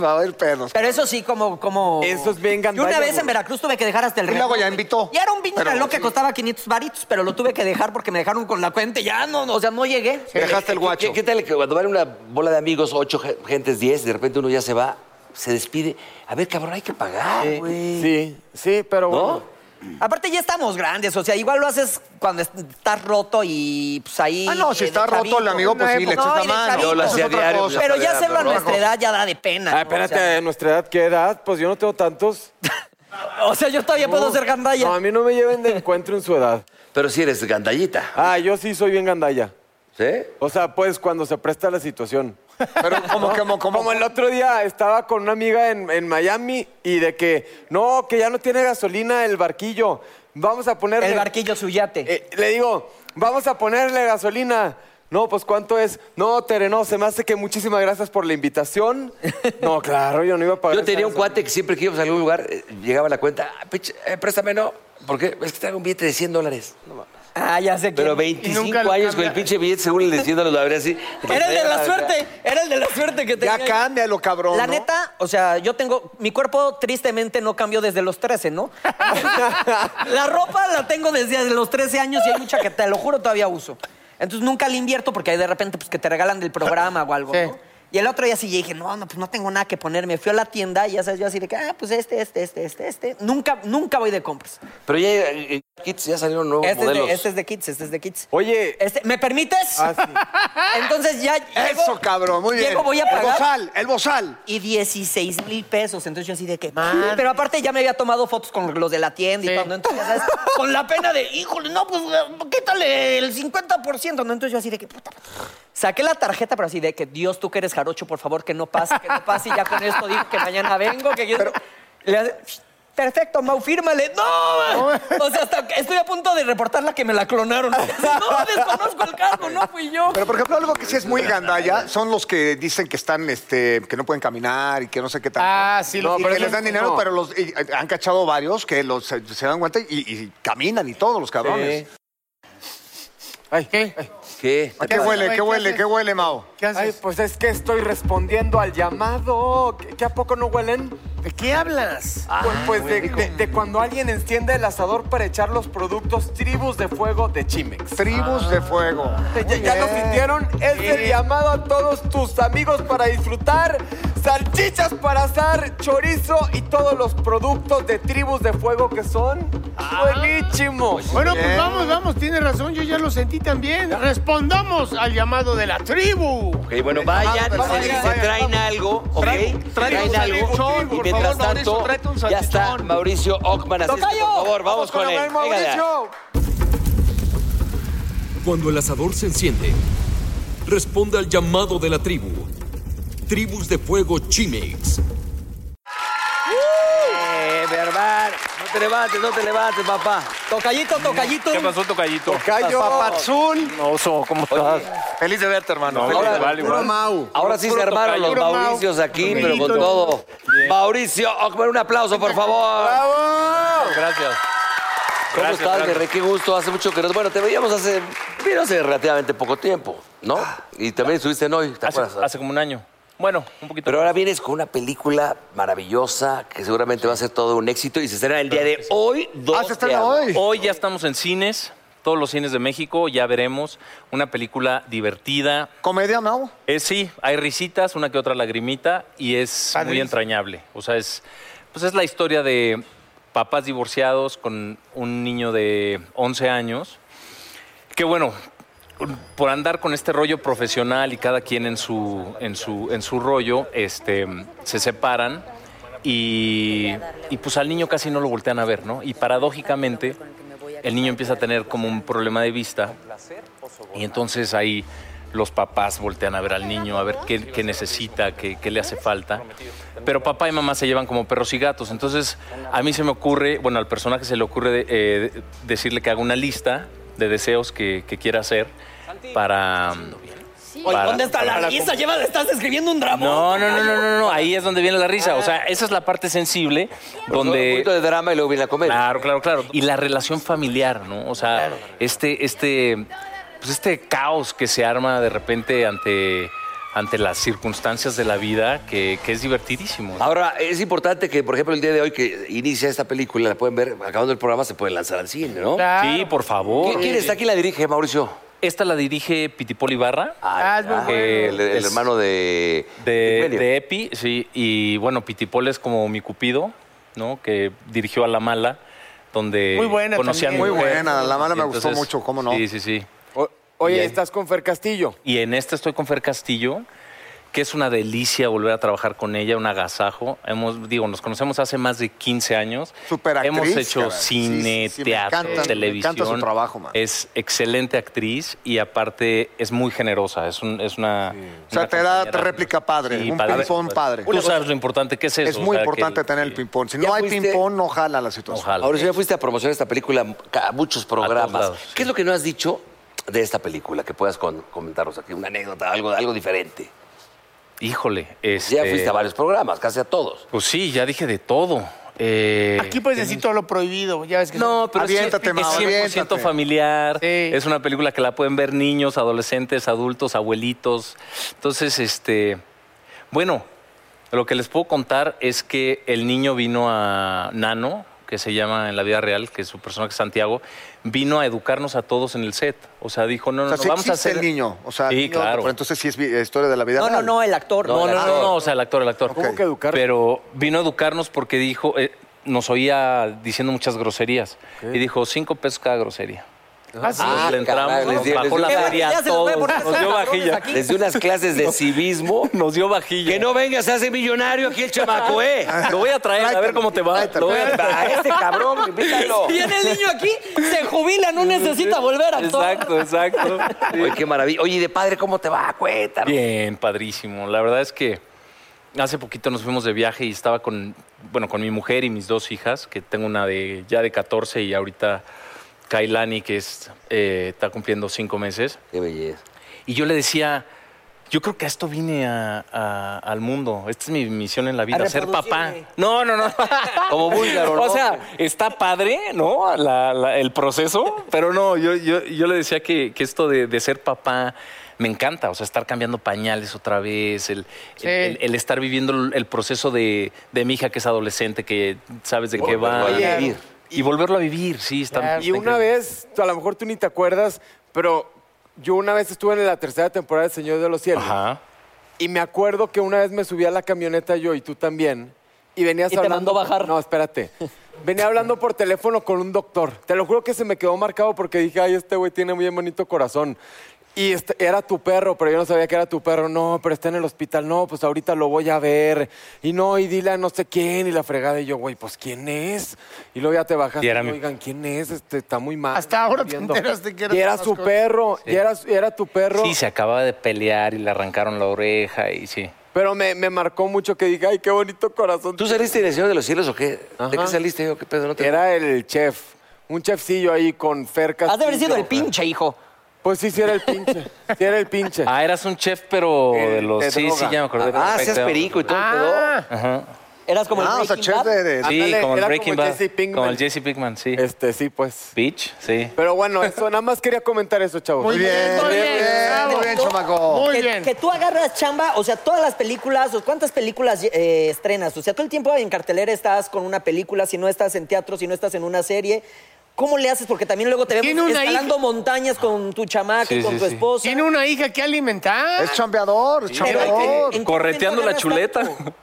[SPEAKER 4] va a haber perros.
[SPEAKER 5] Pero eso sí, como, como.
[SPEAKER 2] Eso es bien
[SPEAKER 5] Yo
[SPEAKER 2] gandalla,
[SPEAKER 5] una vez en
[SPEAKER 2] güey.
[SPEAKER 5] Veracruz tuve que dejar hasta el
[SPEAKER 4] Y luego
[SPEAKER 5] reloj,
[SPEAKER 4] ya
[SPEAKER 5] güey.
[SPEAKER 4] invitó.
[SPEAKER 5] Y era un pinche
[SPEAKER 4] Pero
[SPEAKER 5] reloj que
[SPEAKER 4] sí.
[SPEAKER 5] costaba 500 varitos, pero lo tuve que dejar porque me dejaron con la cuenta. y Ya no, no, o sea, no llegué.
[SPEAKER 4] Dejaste el guacho.
[SPEAKER 3] ¿Qué, qué tal que cuando van una bola de amigos, ocho ge- gentes, diez, de repente uno ya se va, se despide? A ver, cabrón, hay que pagar, güey.
[SPEAKER 2] Sí, sí,
[SPEAKER 3] ¿No?
[SPEAKER 2] pero bueno.
[SPEAKER 5] Aparte, ya estamos grandes, o sea, igual lo haces cuando es- estás roto y pues ahí.
[SPEAKER 4] Ah, no, si
[SPEAKER 5] de
[SPEAKER 4] está roto
[SPEAKER 5] chavito.
[SPEAKER 4] el amigo, pues sí, le
[SPEAKER 5] No,
[SPEAKER 4] echas la
[SPEAKER 5] y de
[SPEAKER 4] mano.
[SPEAKER 5] chavito.
[SPEAKER 3] Yo lo
[SPEAKER 4] Eso es
[SPEAKER 3] hacía
[SPEAKER 4] otra
[SPEAKER 3] diario,
[SPEAKER 4] cosa.
[SPEAKER 5] Pero ya hacerlo a
[SPEAKER 3] Rojo.
[SPEAKER 5] nuestra edad ya da de pena.
[SPEAKER 2] Ah,
[SPEAKER 5] ¿no?
[SPEAKER 2] espérate,
[SPEAKER 5] O sea,
[SPEAKER 2] ¿a nuestra edad qué edad? Pues yo no tengo tantos.
[SPEAKER 5] o sea, yo todavía puedo ser gandalla.
[SPEAKER 2] No, a mí no me lleven de encuentro en su edad.
[SPEAKER 3] Pero si eres gandallita,
[SPEAKER 2] Ah, yo sí soy bien gandalla.
[SPEAKER 3] ¿sí?
[SPEAKER 2] O sea, pues cuando se presta la situación.
[SPEAKER 4] Pero como, como, como,
[SPEAKER 2] Como el otro día estaba con una amiga en, en Miami y de que, no, que ya no tiene gasolina el barquillo. Vamos a ponerle...
[SPEAKER 5] El barquillo suyate.
[SPEAKER 2] Eh, le digo, vamos a ponerle gasolina. No, pues ¿cuánto es? No, Tere, no, se me hace que muchísimas gracias por la invitación. No, claro, yo no iba a pagar.
[SPEAKER 3] Yo tenía
[SPEAKER 2] esa-
[SPEAKER 3] un cuate que siempre que íbamos a algún lugar, eh, llegaba a la cuenta, "Ah, pinche, eh, préstame, no, porque es que traigo un billete de 100 dólares. No mames.
[SPEAKER 5] Ah, ya sé que.
[SPEAKER 3] Pero
[SPEAKER 6] Y nunca
[SPEAKER 3] 25
[SPEAKER 6] lo
[SPEAKER 3] años con el
[SPEAKER 6] cambia.
[SPEAKER 3] pinche billete, según el de 100 dólares, lo habría así.
[SPEAKER 5] Era el de la suerte, era el de la suerte que tenía.
[SPEAKER 4] Ya cámbialo, cabrón.
[SPEAKER 5] La
[SPEAKER 4] ¿no?
[SPEAKER 5] neta, o sea, yo tengo. Mi cuerpo tristemente no cambió desde los 13, ¿no? la ropa la tengo desde los 13 años y hay mucha que te lo juro todavía uso. Entonces nunca la invierto porque hay de repente pues, que te regalan del programa o algo,
[SPEAKER 6] Sí.
[SPEAKER 5] ¿no? Y el otro día sí dije, no, no, pues no tengo nada que ponerme. Fui a la tienda y ya sabes, yo así de que, ah, pues este, este, este, este, este. Nunca, nunca voy de compras.
[SPEAKER 3] Pero ya, eh, Kids, ya salieron nuevos
[SPEAKER 5] Este es,
[SPEAKER 3] modelos.
[SPEAKER 5] de, este es de Kids, este es de Kids.
[SPEAKER 2] Oye.
[SPEAKER 5] Este, ¿Me permites?
[SPEAKER 2] Ah, sí.
[SPEAKER 5] Entonces ya.
[SPEAKER 4] Eso,
[SPEAKER 5] llego-
[SPEAKER 4] cabrón, muy bien.
[SPEAKER 5] Llego, voy a
[SPEAKER 4] El
[SPEAKER 5] pagar
[SPEAKER 4] bozal, el bozal.
[SPEAKER 5] y 16 mil pesos. Entonces yo así de que. Pero aparte ya me había tomado fotos con los de la tienda y
[SPEAKER 6] Sí.
[SPEAKER 5] todo. ¿no? Entonces, ¿sabes? con la pena de, híjole, no, pues quítale el 50%. ¿no? Entonces yo así de que, puta. Saqué la tarjeta, pero así de que, Dios, tú que eres jarocho, por favor, que no pase, que no pase. Y ya con esto digo que mañana vengo, que yo. Le hace, Perfecto, Mau, fírmale. ¡No! man! O sea, hasta que estoy a punto de reportarla que me la clonaron. No, desconozco el cargo, no fui yo.
[SPEAKER 4] Pero, por ejemplo, algo que sí es muy gandalla son los que dicen que están, este, que no pueden caminar y que no sé qué tal.
[SPEAKER 6] Ah, sí,
[SPEAKER 4] No,
[SPEAKER 6] los-
[SPEAKER 4] pero
[SPEAKER 6] y
[SPEAKER 4] que les dan dinero,
[SPEAKER 2] no.
[SPEAKER 4] pero los, y- y han cachado varios que los, se, se dan cuenta y, y caminan y todos los cabrones.
[SPEAKER 2] Ay,
[SPEAKER 6] ¿Qué?
[SPEAKER 3] ¿Qué?
[SPEAKER 4] ¿A ¿Qué huele,
[SPEAKER 6] Ay,
[SPEAKER 4] qué
[SPEAKER 6] ¿qué
[SPEAKER 4] huele,
[SPEAKER 6] haces?
[SPEAKER 4] qué huele, Mao?
[SPEAKER 6] ¿Qué
[SPEAKER 2] Ay,
[SPEAKER 6] haces?
[SPEAKER 2] pues es que estoy respondiendo al llamado. ¿Qué, qué a poco no huelen?
[SPEAKER 6] ¿De qué hablas?
[SPEAKER 3] Ah,
[SPEAKER 2] Pues, pues de, de- de cuando alguien enciende el asador para echar los productos tribus de fuego de Chimex.
[SPEAKER 4] Tribus de fuego.
[SPEAKER 2] Ya, ya lo sintieron, es el llamado a todos tus amigos para disfrutar salchichas para asar, chorizo y todos los productos de tribus de fuego que son
[SPEAKER 3] Ah.
[SPEAKER 2] buenísimos.
[SPEAKER 6] Bueno,
[SPEAKER 4] Bien.
[SPEAKER 6] pues vamos, vamos, tienes razón, yo ya lo sentí también. Respondamos al llamado de la tribu.
[SPEAKER 3] Ok, bueno, vayan,
[SPEAKER 4] Vamos,
[SPEAKER 3] se,
[SPEAKER 4] vayan,
[SPEAKER 3] se
[SPEAKER 4] vayan.
[SPEAKER 3] traen algo, ok.
[SPEAKER 4] Trae- trae un salchichón,
[SPEAKER 3] y
[SPEAKER 4] por favor,
[SPEAKER 3] mientras
[SPEAKER 4] Mauricio,
[SPEAKER 3] tanto,
[SPEAKER 4] tráete un
[SPEAKER 3] ya está
[SPEAKER 4] salchichón.
[SPEAKER 3] Mauricio Ockman. Así es que,
[SPEAKER 5] ¡Tocayo!
[SPEAKER 3] por favor, vamos, con, él. Venga de ahí.
[SPEAKER 2] Mauricio.
[SPEAKER 7] Cuando el asador se enciende, responde al llamado de la tribu. Tribus de Fuego Chimex.
[SPEAKER 3] Eh, Berbar, no te levantes, no te levantes, papá.
[SPEAKER 5] Tocallito, tocallito.
[SPEAKER 8] ¿Qué pasó, tocallito?
[SPEAKER 2] Cayo.
[SPEAKER 4] Papazul.
[SPEAKER 8] No, oso, ¿cómo estás?
[SPEAKER 4] Feliz de verte, hermano.
[SPEAKER 8] No,
[SPEAKER 4] Feliz de
[SPEAKER 8] igual,
[SPEAKER 4] verte.
[SPEAKER 8] igual.
[SPEAKER 4] Puro Mau.
[SPEAKER 3] Ahora sí se
[SPEAKER 8] Puro
[SPEAKER 3] armaron los
[SPEAKER 8] tocayo.
[SPEAKER 6] Puro Mau.
[SPEAKER 3] Mauricios aquí, pero con
[SPEAKER 6] Tocayito.
[SPEAKER 3] todo. Mauricio Ockman, un aplauso, por favor.
[SPEAKER 8] Gracias.
[SPEAKER 3] ¿Cómo
[SPEAKER 8] Gracias,
[SPEAKER 3] estás,
[SPEAKER 8] gracias.
[SPEAKER 3] Guerre? Qué gusto, hace mucho que no... Bueno, te veíamos hace... Vino hace relativamente poco tiempo, ¿no? Y también estuviste en hoy, ¿te
[SPEAKER 8] Hace,
[SPEAKER 3] acuerdas?
[SPEAKER 8] hace como un año. Bueno, un poquito.
[SPEAKER 3] Pero ahora vienes con una película maravillosa que seguramente va a ser todo un éxito y se estrena el día de hoy. dos
[SPEAKER 4] Ah, se
[SPEAKER 3] de
[SPEAKER 4] estrena
[SPEAKER 3] agosto.
[SPEAKER 4] hoy.
[SPEAKER 8] Hoy ya estamos en cines, todos los cines de México, ya veremos una película divertida.
[SPEAKER 4] ¿Comedia, Mau?
[SPEAKER 8] Eh, sí, hay risitas, una que otra lagrimita y es muy
[SPEAKER 6] Padrísimo.
[SPEAKER 8] entrañable. O sea, es, pues es la historia de papás divorciados con un niño de 11 años. Que bueno, por andar con este rollo profesional y cada quien en su, en su, en su rollo, este, se separan y, y pues al niño casi no lo voltean a ver, ¿no? Y paradójicamente, el niño empieza a tener como un problema de vista y entonces ahí los papás voltean a ver al niño, a ver qué, qué necesita, qué, qué le hace falta. Pero papá y mamá se llevan como perros y gatos. Entonces a mí se me ocurre, bueno, al personaje se le ocurre de- eh, de- decirle que haga una lista de deseos que, que quiera hacer para... um,
[SPEAKER 5] Oye,
[SPEAKER 8] para-
[SPEAKER 5] ¿dónde está la
[SPEAKER 8] para-
[SPEAKER 5] risa? Lleva, estás escribiendo un drama.
[SPEAKER 8] No, no, no, no, no, no, ahí es donde viene la risa. O sea, esa es la parte sensible
[SPEAKER 3] Un
[SPEAKER 8] donde...
[SPEAKER 3] poquito de drama y luego viene la comedia.
[SPEAKER 8] Claro, claro, claro. Y la relación familiar, ¿no? O sea, este, este, pues este caos que se arma de repente ante, ante las circunstancias de la vida, que, que es divertidísimo.
[SPEAKER 3] Ahora, es importante que, por ejemplo, el día de hoy que inicia esta película, la pueden ver, acabando el programa se pueden lanzar al cine, ¿no?
[SPEAKER 8] Sí, por favor.
[SPEAKER 3] ¿Qui- ¿Quién está aquí la dirige, Mauricio?
[SPEAKER 8] Esta la dirige Pitipoli Barra.
[SPEAKER 6] Ah, es muy bueno.
[SPEAKER 3] el, el
[SPEAKER 8] Es-
[SPEAKER 3] hermano de...
[SPEAKER 8] De,
[SPEAKER 3] Eugenio.
[SPEAKER 8] de Epi, sí. Y bueno, Pitipol es como mi cupido, ¿no? Que dirigió a La Mala, donde
[SPEAKER 6] Muy buena
[SPEAKER 8] conocí a mi
[SPEAKER 6] también.
[SPEAKER 4] Muy
[SPEAKER 8] mujer.
[SPEAKER 4] buena, La Mala me
[SPEAKER 8] Y
[SPEAKER 4] gustó mucho, ¿cómo no?
[SPEAKER 8] Sí, sí, sí.
[SPEAKER 2] O- Oye,
[SPEAKER 8] Bien.
[SPEAKER 2] estás con Fer Castillo.
[SPEAKER 8] Y en esta estoy con Fer Castillo, que es una delicia volver a trabajar con ella, un agasajo. Hemos, digo, nos conocemos hace más de 15 años.
[SPEAKER 4] Superactriz,
[SPEAKER 8] Hemos hecho
[SPEAKER 4] caray.
[SPEAKER 8] cine,
[SPEAKER 4] Sí, sí, sí, me
[SPEAKER 8] teatro,
[SPEAKER 4] encanta, me
[SPEAKER 8] televisión.
[SPEAKER 4] encanta su trabajo, man.
[SPEAKER 8] Es excelente actriz y aparte es muy generosa. Es, un- es una,
[SPEAKER 4] O sea,
[SPEAKER 8] una
[SPEAKER 4] te da
[SPEAKER 8] compañera.
[SPEAKER 4] te réplica padre,
[SPEAKER 8] Sí,
[SPEAKER 4] un
[SPEAKER 8] padre.
[SPEAKER 4] ping-pong padre.
[SPEAKER 8] Tú sabes lo importante que es eso.
[SPEAKER 4] Es
[SPEAKER 8] o
[SPEAKER 4] muy
[SPEAKER 8] sea, que
[SPEAKER 4] importante tener el
[SPEAKER 8] sí.
[SPEAKER 4] ping-pong. Si
[SPEAKER 3] ¿Ya
[SPEAKER 4] no hay
[SPEAKER 3] fuiste?
[SPEAKER 4] ping-pong, no jala la situación.
[SPEAKER 8] Ojalá.
[SPEAKER 3] Ahora, si ya fuiste a promocionar esta película a muchos
[SPEAKER 8] A
[SPEAKER 3] programas.
[SPEAKER 8] todos lados,
[SPEAKER 3] ¿Qué es lo que no has dicho de esta película que puedas con- comentarnos aquí? Una anécdota, algo, algo diferente.
[SPEAKER 8] Híjole. Este,
[SPEAKER 3] Ya fuiste a varios programas, casi a todos.
[SPEAKER 8] Pues sí, ya dije de todo. Eh,
[SPEAKER 6] Aquí puedes decir pues, todo lo prohibido, ya ves que
[SPEAKER 8] No, pero es cien-
[SPEAKER 1] Aviéntate,
[SPEAKER 8] es
[SPEAKER 1] Mau,
[SPEAKER 8] 100%
[SPEAKER 1] aviéntate.
[SPEAKER 8] familiar.
[SPEAKER 6] Sí.
[SPEAKER 8] Es una película que la pueden ver niños, adolescentes, adultos, abuelitos. Entonces, este, bueno, lo que les puedo contar es que el niño vino a Nano, que se llama en la vida real, que es su personaje Santiago, vino a educarnos a todos en el set. O sea, dijo, no,
[SPEAKER 1] O
[SPEAKER 8] no,
[SPEAKER 1] sea,
[SPEAKER 8] no,
[SPEAKER 1] sí
[SPEAKER 8] vamos a
[SPEAKER 1] existe
[SPEAKER 8] hacer
[SPEAKER 1] el niño. O sea,
[SPEAKER 8] Sí,
[SPEAKER 1] el niño,
[SPEAKER 8] claro.
[SPEAKER 1] pero entonces sí es vi- historia de la vida
[SPEAKER 5] No, no,
[SPEAKER 1] real.
[SPEAKER 5] no, el actor.
[SPEAKER 8] No,
[SPEAKER 5] el
[SPEAKER 8] no,
[SPEAKER 5] actor.
[SPEAKER 8] no, no, o sea, el actor, el actor.
[SPEAKER 1] ¿Cómo que
[SPEAKER 8] educar? Pero vino a educarnos porque dijo, eh, nos oía diciendo muchas groserías. Y dijo, cinco pesos cada grosería.
[SPEAKER 6] así.
[SPEAKER 3] Ah,
[SPEAKER 8] Entonces le entramos,
[SPEAKER 3] caray, les
[SPEAKER 8] nos
[SPEAKER 3] dio- les
[SPEAKER 8] bajó
[SPEAKER 3] dio-
[SPEAKER 8] la feria
[SPEAKER 5] Eh, Ya
[SPEAKER 8] a
[SPEAKER 5] se los voy a
[SPEAKER 8] todos,
[SPEAKER 5] poner
[SPEAKER 8] nos dio
[SPEAKER 5] cabrones
[SPEAKER 8] vajilla.
[SPEAKER 5] aquí.
[SPEAKER 3] Les di unas clases de civismo.
[SPEAKER 8] Nos dio vajilla.
[SPEAKER 3] Que no vengas a hacer millonario aquí el chamaco, ¿eh?
[SPEAKER 8] Lo voy a traer, a ver cómo te va. Lo voy a traer.
[SPEAKER 3] A este cabrón, invítalo.
[SPEAKER 5] Viene el niño aquí, se jubila, no necesita volver a actuar.
[SPEAKER 8] Exacto, exacto. Sí.
[SPEAKER 3] Oye, qué maravilla. Oye, ¿y de padre cómo te va? Cuéntanos.
[SPEAKER 8] Bien, padrísimo. La verdad es que hace poquito nos fuimos de viaje y estaba con, bueno, con mi mujer y mis dos hijas, que tengo una de ya de 14 y ahorita Kailani, que es, eh, está cumpliendo cinco meses.
[SPEAKER 3] Qué belleza.
[SPEAKER 8] Y yo le decía, yo creo que a esto vine a- a- al mundo. Esta es mi misión en la vida, ser papá.
[SPEAKER 5] reproducirme.
[SPEAKER 8] No, no, no.
[SPEAKER 3] Como búlgaro, ¿no?
[SPEAKER 8] O sea, está padre, ¿no? La- la- el proceso, pero no, yo, yo, yo le decía que, que esto de, de ser papá me encanta. O sea, estar cambiando pañales otra vez, el, el- el- el estar viviendo el, el proceso de, de mi hija que es adolescente, que sabes de qué va.
[SPEAKER 3] Volverlo a vivir.
[SPEAKER 8] Y volverlo a vivir, sí, está.
[SPEAKER 2] Y una vez, a lo mejor tú ni te acuerdas, pero yo una vez estuve en la tercera temporada de Señor de los Cielos.
[SPEAKER 8] Ajá.
[SPEAKER 2] Y me acuerdo que una vez me subí a la camioneta yo y tú también. Y venías
[SPEAKER 5] Y te
[SPEAKER 2] hablando.
[SPEAKER 5] mandó bajar.
[SPEAKER 2] No, espérate. Venía hablando por teléfono con un doctor. Te lo juro que se me quedó marcado porque dije, ay, este güey tiene muy bonito corazón. Y este- era tu perro, pero yo no sabía que era tu perro. No, pero está en el hospital. No, pues ahorita lo voy a ver. Y no, y dile a no sé quién. Y la fregada. Y yo, güey, pues ¿quién es? Y luego ya te bajas.
[SPEAKER 8] Y era mi-
[SPEAKER 2] Oigan, ¿quién es? Este, está muy mal.
[SPEAKER 6] Hasta ahora te
[SPEAKER 2] Viendo.
[SPEAKER 6] enteraste que era
[SPEAKER 2] Y era
[SPEAKER 6] tu
[SPEAKER 2] su
[SPEAKER 6] mascota.
[SPEAKER 2] perro. Y, era, y era tu perro.
[SPEAKER 8] Sí, se acababa de pelear y le arrancaron la oreja y sí.
[SPEAKER 2] Pero me, me marcó mucho que dije, ay, qué bonito corazón.
[SPEAKER 3] ¿Tú saliste del Señor de los Cielos o qué? ¿De
[SPEAKER 2] Ajá.
[SPEAKER 3] qué saliste yo? ¿Qué pedo? No te...
[SPEAKER 2] Era el chef. Un chefcillo ahí con fercas.
[SPEAKER 5] Has de haber sido
[SPEAKER 8] ah.
[SPEAKER 5] el pinche, hijo.
[SPEAKER 2] Pues sí, sí era el pinche. sí era el pinche.
[SPEAKER 8] Ah, eras un chef, pero
[SPEAKER 2] Eh,
[SPEAKER 8] de los.
[SPEAKER 2] de
[SPEAKER 8] sí, sí,
[SPEAKER 2] droga.
[SPEAKER 8] ya me acordé.
[SPEAKER 3] Ah,
[SPEAKER 8] perfecto.
[SPEAKER 3] seas perico y todo.
[SPEAKER 5] Eras como
[SPEAKER 1] Ah,
[SPEAKER 5] el
[SPEAKER 1] o sea,
[SPEAKER 5] Breaking
[SPEAKER 1] chef
[SPEAKER 5] Bad.
[SPEAKER 1] de-
[SPEAKER 8] Sí,
[SPEAKER 1] de-
[SPEAKER 2] Ándale,
[SPEAKER 8] como el
[SPEAKER 2] era
[SPEAKER 8] Breaking
[SPEAKER 2] como
[SPEAKER 8] Bad.
[SPEAKER 2] Jesse Pinkman.
[SPEAKER 8] Como el Jesse Pinkman, sí.
[SPEAKER 2] Este, sí, pues.
[SPEAKER 8] Bitch, sí.
[SPEAKER 2] Pero bueno, eso, nada más quería comentar eso, chavos.
[SPEAKER 1] Muy bien, muy bien, muy bien, chamaco.
[SPEAKER 6] Muy
[SPEAKER 5] que,
[SPEAKER 6] bien.
[SPEAKER 5] que tú agarras chamba, o sea, todas las películas, o ¿cuántas películas eh, estrenas? O sea, todo el tiempo en cartelera estás con una película, si no estás en teatro, si no estás en una serie. ¿Cómo le haces? Porque también luego te
[SPEAKER 6] Tiene
[SPEAKER 5] vemos
[SPEAKER 6] una
[SPEAKER 5] escalando montañas con tu chamaca y
[SPEAKER 8] Sí,
[SPEAKER 5] con
[SPEAKER 8] sí,
[SPEAKER 5] tu
[SPEAKER 8] sí.
[SPEAKER 5] esposa.
[SPEAKER 6] Tiene una hija que alimentar.
[SPEAKER 1] Es chambeador, es
[SPEAKER 5] Pero hay que-
[SPEAKER 1] chambeador.
[SPEAKER 5] ¿en qué
[SPEAKER 8] Correteando la
[SPEAKER 5] momento ganas
[SPEAKER 8] chuleta.
[SPEAKER 5] tanto?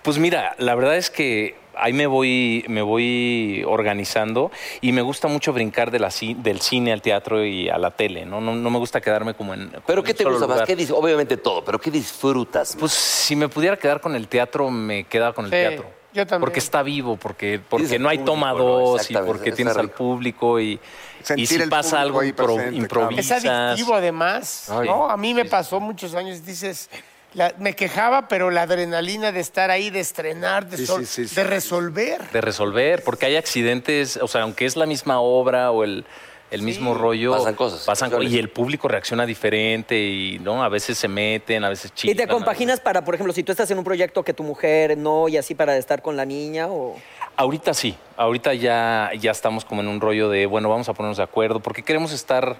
[SPEAKER 8] Pues mira, la verdad es que ahí me voy, me voy organizando y me gusta mucho brincar de la ci- del cine al teatro y a la tele, ¿no? No, no me gusta quedarme como en. como
[SPEAKER 3] ¿Pero
[SPEAKER 8] en
[SPEAKER 3] qué
[SPEAKER 8] un
[SPEAKER 3] te
[SPEAKER 8] solo
[SPEAKER 3] gusta más?
[SPEAKER 8] lugar.
[SPEAKER 3] ¿Qué dis- Obviamente todo, pero ¿qué disfrutas?
[SPEAKER 8] Pues si me pudiera quedar con el teatro, me quedaba con el
[SPEAKER 6] Sí,
[SPEAKER 8] teatro.
[SPEAKER 6] yo también.
[SPEAKER 8] Porque está vivo, porque, porque
[SPEAKER 3] al
[SPEAKER 8] no hay
[SPEAKER 3] público,
[SPEAKER 8] toma
[SPEAKER 3] ¿no?
[SPEAKER 8] dos y
[SPEAKER 3] Exactamente,
[SPEAKER 8] porque
[SPEAKER 3] está
[SPEAKER 8] tienes al
[SPEAKER 3] rico.
[SPEAKER 8] público y, y
[SPEAKER 1] Sentir
[SPEAKER 8] si
[SPEAKER 1] el
[SPEAKER 8] pasa
[SPEAKER 1] público
[SPEAKER 8] algo,
[SPEAKER 1] ahí
[SPEAKER 8] impro-
[SPEAKER 1] presente, claro.
[SPEAKER 6] Es
[SPEAKER 8] improvisas.
[SPEAKER 6] adictivo además,
[SPEAKER 8] Ay.
[SPEAKER 6] ¿no? A mí me pasó muchos años, dices, la- me quejaba, pero la adrenalina de estar ahí, de estrenar, de,
[SPEAKER 1] Sí, sí,
[SPEAKER 6] sol-
[SPEAKER 1] sí, sí,
[SPEAKER 6] de
[SPEAKER 1] sí.
[SPEAKER 6] resolver.
[SPEAKER 8] de resolver, porque hay accidentes, o sea, aunque es la misma obra o el, el mismo rollo.
[SPEAKER 3] Pasan cosas.
[SPEAKER 8] pasan co- y el público reacciona diferente y, ¿no? A veces se meten, a veces
[SPEAKER 5] Y
[SPEAKER 8] chicas.
[SPEAKER 5] te compaginas para, por ejemplo, si tú estás en un proyecto que tu mujer no y así para estar con la niña o...
[SPEAKER 8] Ahorita sí, ahorita ya, ya estamos como en un rollo de, bueno, vamos a ponernos de acuerdo, porque queremos estar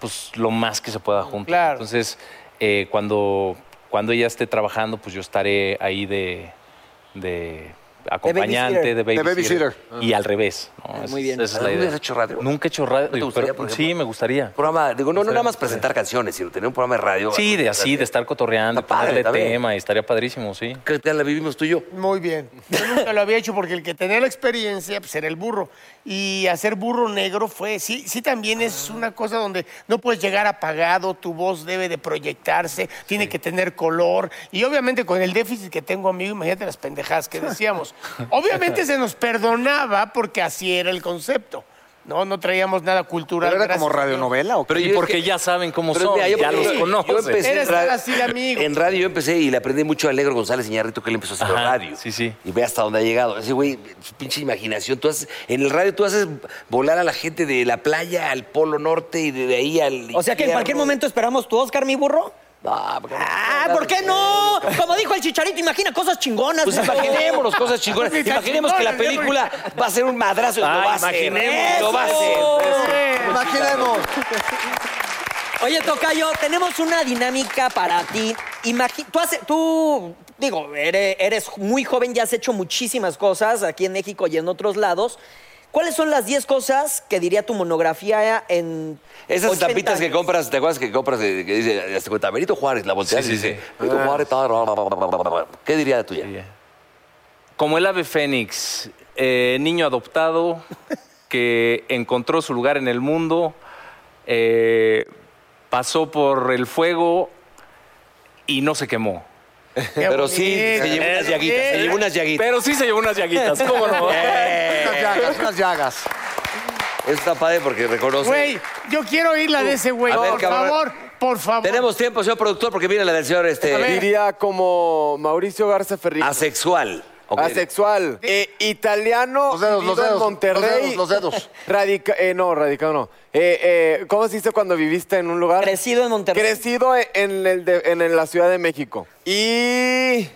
[SPEAKER 8] pues lo más que se pueda juntos.
[SPEAKER 6] Claro.
[SPEAKER 8] Entonces, eh, cuando, cuando ella esté trabajando, pues yo estaré ahí de, de acompañante, de
[SPEAKER 1] De
[SPEAKER 8] babysitter.
[SPEAKER 1] babysitter.
[SPEAKER 8] Y al revés. ¿no? Esa-
[SPEAKER 5] Ah, muy bien.
[SPEAKER 8] esa es la
[SPEAKER 3] ¿Nunca
[SPEAKER 8] idea.
[SPEAKER 3] has hecho radio?
[SPEAKER 8] Nunca he hecho radio.
[SPEAKER 3] ¿No te gustaría, por ejemplo?
[SPEAKER 8] sí, me gustaría. eh.
[SPEAKER 3] Programa, digo, no, no nada más presentar canciones, sino tener un programa de radio.
[SPEAKER 8] Sí, de así, de estar cotorreando,
[SPEAKER 3] Está padre,
[SPEAKER 8] ponerle
[SPEAKER 3] está bien.
[SPEAKER 8] tema, y estaría padrísimo, sí.
[SPEAKER 3] ¿Qué tal la vivimos tú y yo?
[SPEAKER 6] Muy bien. Yo nunca lo había hecho porque el que tenía la experiencia pues, era el burro. Y hacer burro negro fue, sí, sí también es una cosa donde no puedes llegar apagado, tu voz debe de proyectarse, tiene que tener color. Y obviamente con el déficit que tengo amigo, imagínate las pendejadas que decíamos. Obviamente se nos perdonaba porque así era el concepto. No, no traíamos nada cultural.
[SPEAKER 4] ¿Pero era
[SPEAKER 6] gracias
[SPEAKER 4] como
[SPEAKER 6] a Dios.
[SPEAKER 4] radionovela o qué?
[SPEAKER 8] Pero
[SPEAKER 3] yo
[SPEAKER 8] y
[SPEAKER 3] es
[SPEAKER 8] porque
[SPEAKER 3] que-
[SPEAKER 8] ya saben cómo
[SPEAKER 3] Pero
[SPEAKER 8] son,
[SPEAKER 3] mira, yo-
[SPEAKER 8] ya los
[SPEAKER 3] yo
[SPEAKER 8] conocen.
[SPEAKER 3] empecé en
[SPEAKER 6] Eres tan
[SPEAKER 3] ra-
[SPEAKER 6] así de amigo.
[SPEAKER 3] En radio yo empecé y le aprendí mucho a Alegro González Iñárritu que él empezó a hacer radio. Sí, sí. Y ve hasta dónde ha llegado. Ese güey, su pinche imaginación. Tú haces- en el radio tú haces volar a la gente de la playa al Polo Norte y de, de ahí al...
[SPEAKER 5] O sea que en cualquier
[SPEAKER 3] infierno.
[SPEAKER 5] momento esperamos tu Oscar, mi burro.
[SPEAKER 3] Ah, porque-
[SPEAKER 5] Ah, ¿por qué no? Como dijo el chicharito, imagina cosas chingonas.
[SPEAKER 3] Pues
[SPEAKER 5] burro.
[SPEAKER 3] imaginémonos cosas chingonas.
[SPEAKER 5] Cosas
[SPEAKER 3] Imaginemos que la
[SPEAKER 5] chingonas,
[SPEAKER 3] película va a ser un madrazo. y lo
[SPEAKER 8] Ah,
[SPEAKER 3] va a ser.
[SPEAKER 8] imaginemos,
[SPEAKER 3] Lo va a ser.
[SPEAKER 2] Imaginemos.
[SPEAKER 5] Oye, Tocayo, tenemos una dinámica para ti. Imagi- tú, hace- tú, digo, eres, eres muy joven y has hecho muchísimas cosas aquí en México y en otros lados. ¿Cuáles son las 10 cosas que diría tu monografía en.
[SPEAKER 3] Esas
[SPEAKER 5] 80
[SPEAKER 3] estampitas que
[SPEAKER 5] años?
[SPEAKER 3] compras, ¿te acuerdas que compras eh, que dice, hasta cuenta, Benito Juárez, la volteas
[SPEAKER 8] Sí,
[SPEAKER 3] y
[SPEAKER 8] sí,
[SPEAKER 3] dice,
[SPEAKER 8] sí.
[SPEAKER 3] Benito Juárez, ta, ra, ra, ra, ra. ¿qué diría de tuya?
[SPEAKER 8] Como el ave fénix, eh, niño adoptado que encontró su lugar en el mundo, eh, pasó por el fuego y no se quemó.
[SPEAKER 3] Pero sí,
[SPEAKER 6] bonito.
[SPEAKER 3] se llevó unas llaguitas, se llevó unas llaguitas. Eh.
[SPEAKER 8] Pero sí se llevó unas llaguitas, ¿cómo no?
[SPEAKER 4] Unas llagas, unas llagas.
[SPEAKER 3] Eso está padre porque reconoce.
[SPEAKER 6] Güey, yo quiero ir la de ese güey.
[SPEAKER 3] A ver,
[SPEAKER 6] Por
[SPEAKER 3] cabrón.
[SPEAKER 6] favor, por favor.
[SPEAKER 3] Tenemos tiempo, señor productor, porque mira la del señor
[SPEAKER 6] A ver.
[SPEAKER 3] este,
[SPEAKER 9] Diría como Mauricio Garza Ferri.
[SPEAKER 5] Ah,
[SPEAKER 3] asexual. Ok.
[SPEAKER 9] Asexual. Eh, italiano.
[SPEAKER 4] Los dedos,
[SPEAKER 9] vivido
[SPEAKER 4] los dedos.
[SPEAKER 9] En Monterrey.
[SPEAKER 4] Los dedos, los dedos.
[SPEAKER 9] Radica eh, no, radicado no. Eh, eh, ¿Cómo se dice cuando viviste en un lugar?
[SPEAKER 5] Crecido en Monterrey.
[SPEAKER 9] Crecido en, el de- en- en la Ciudad de México. Y.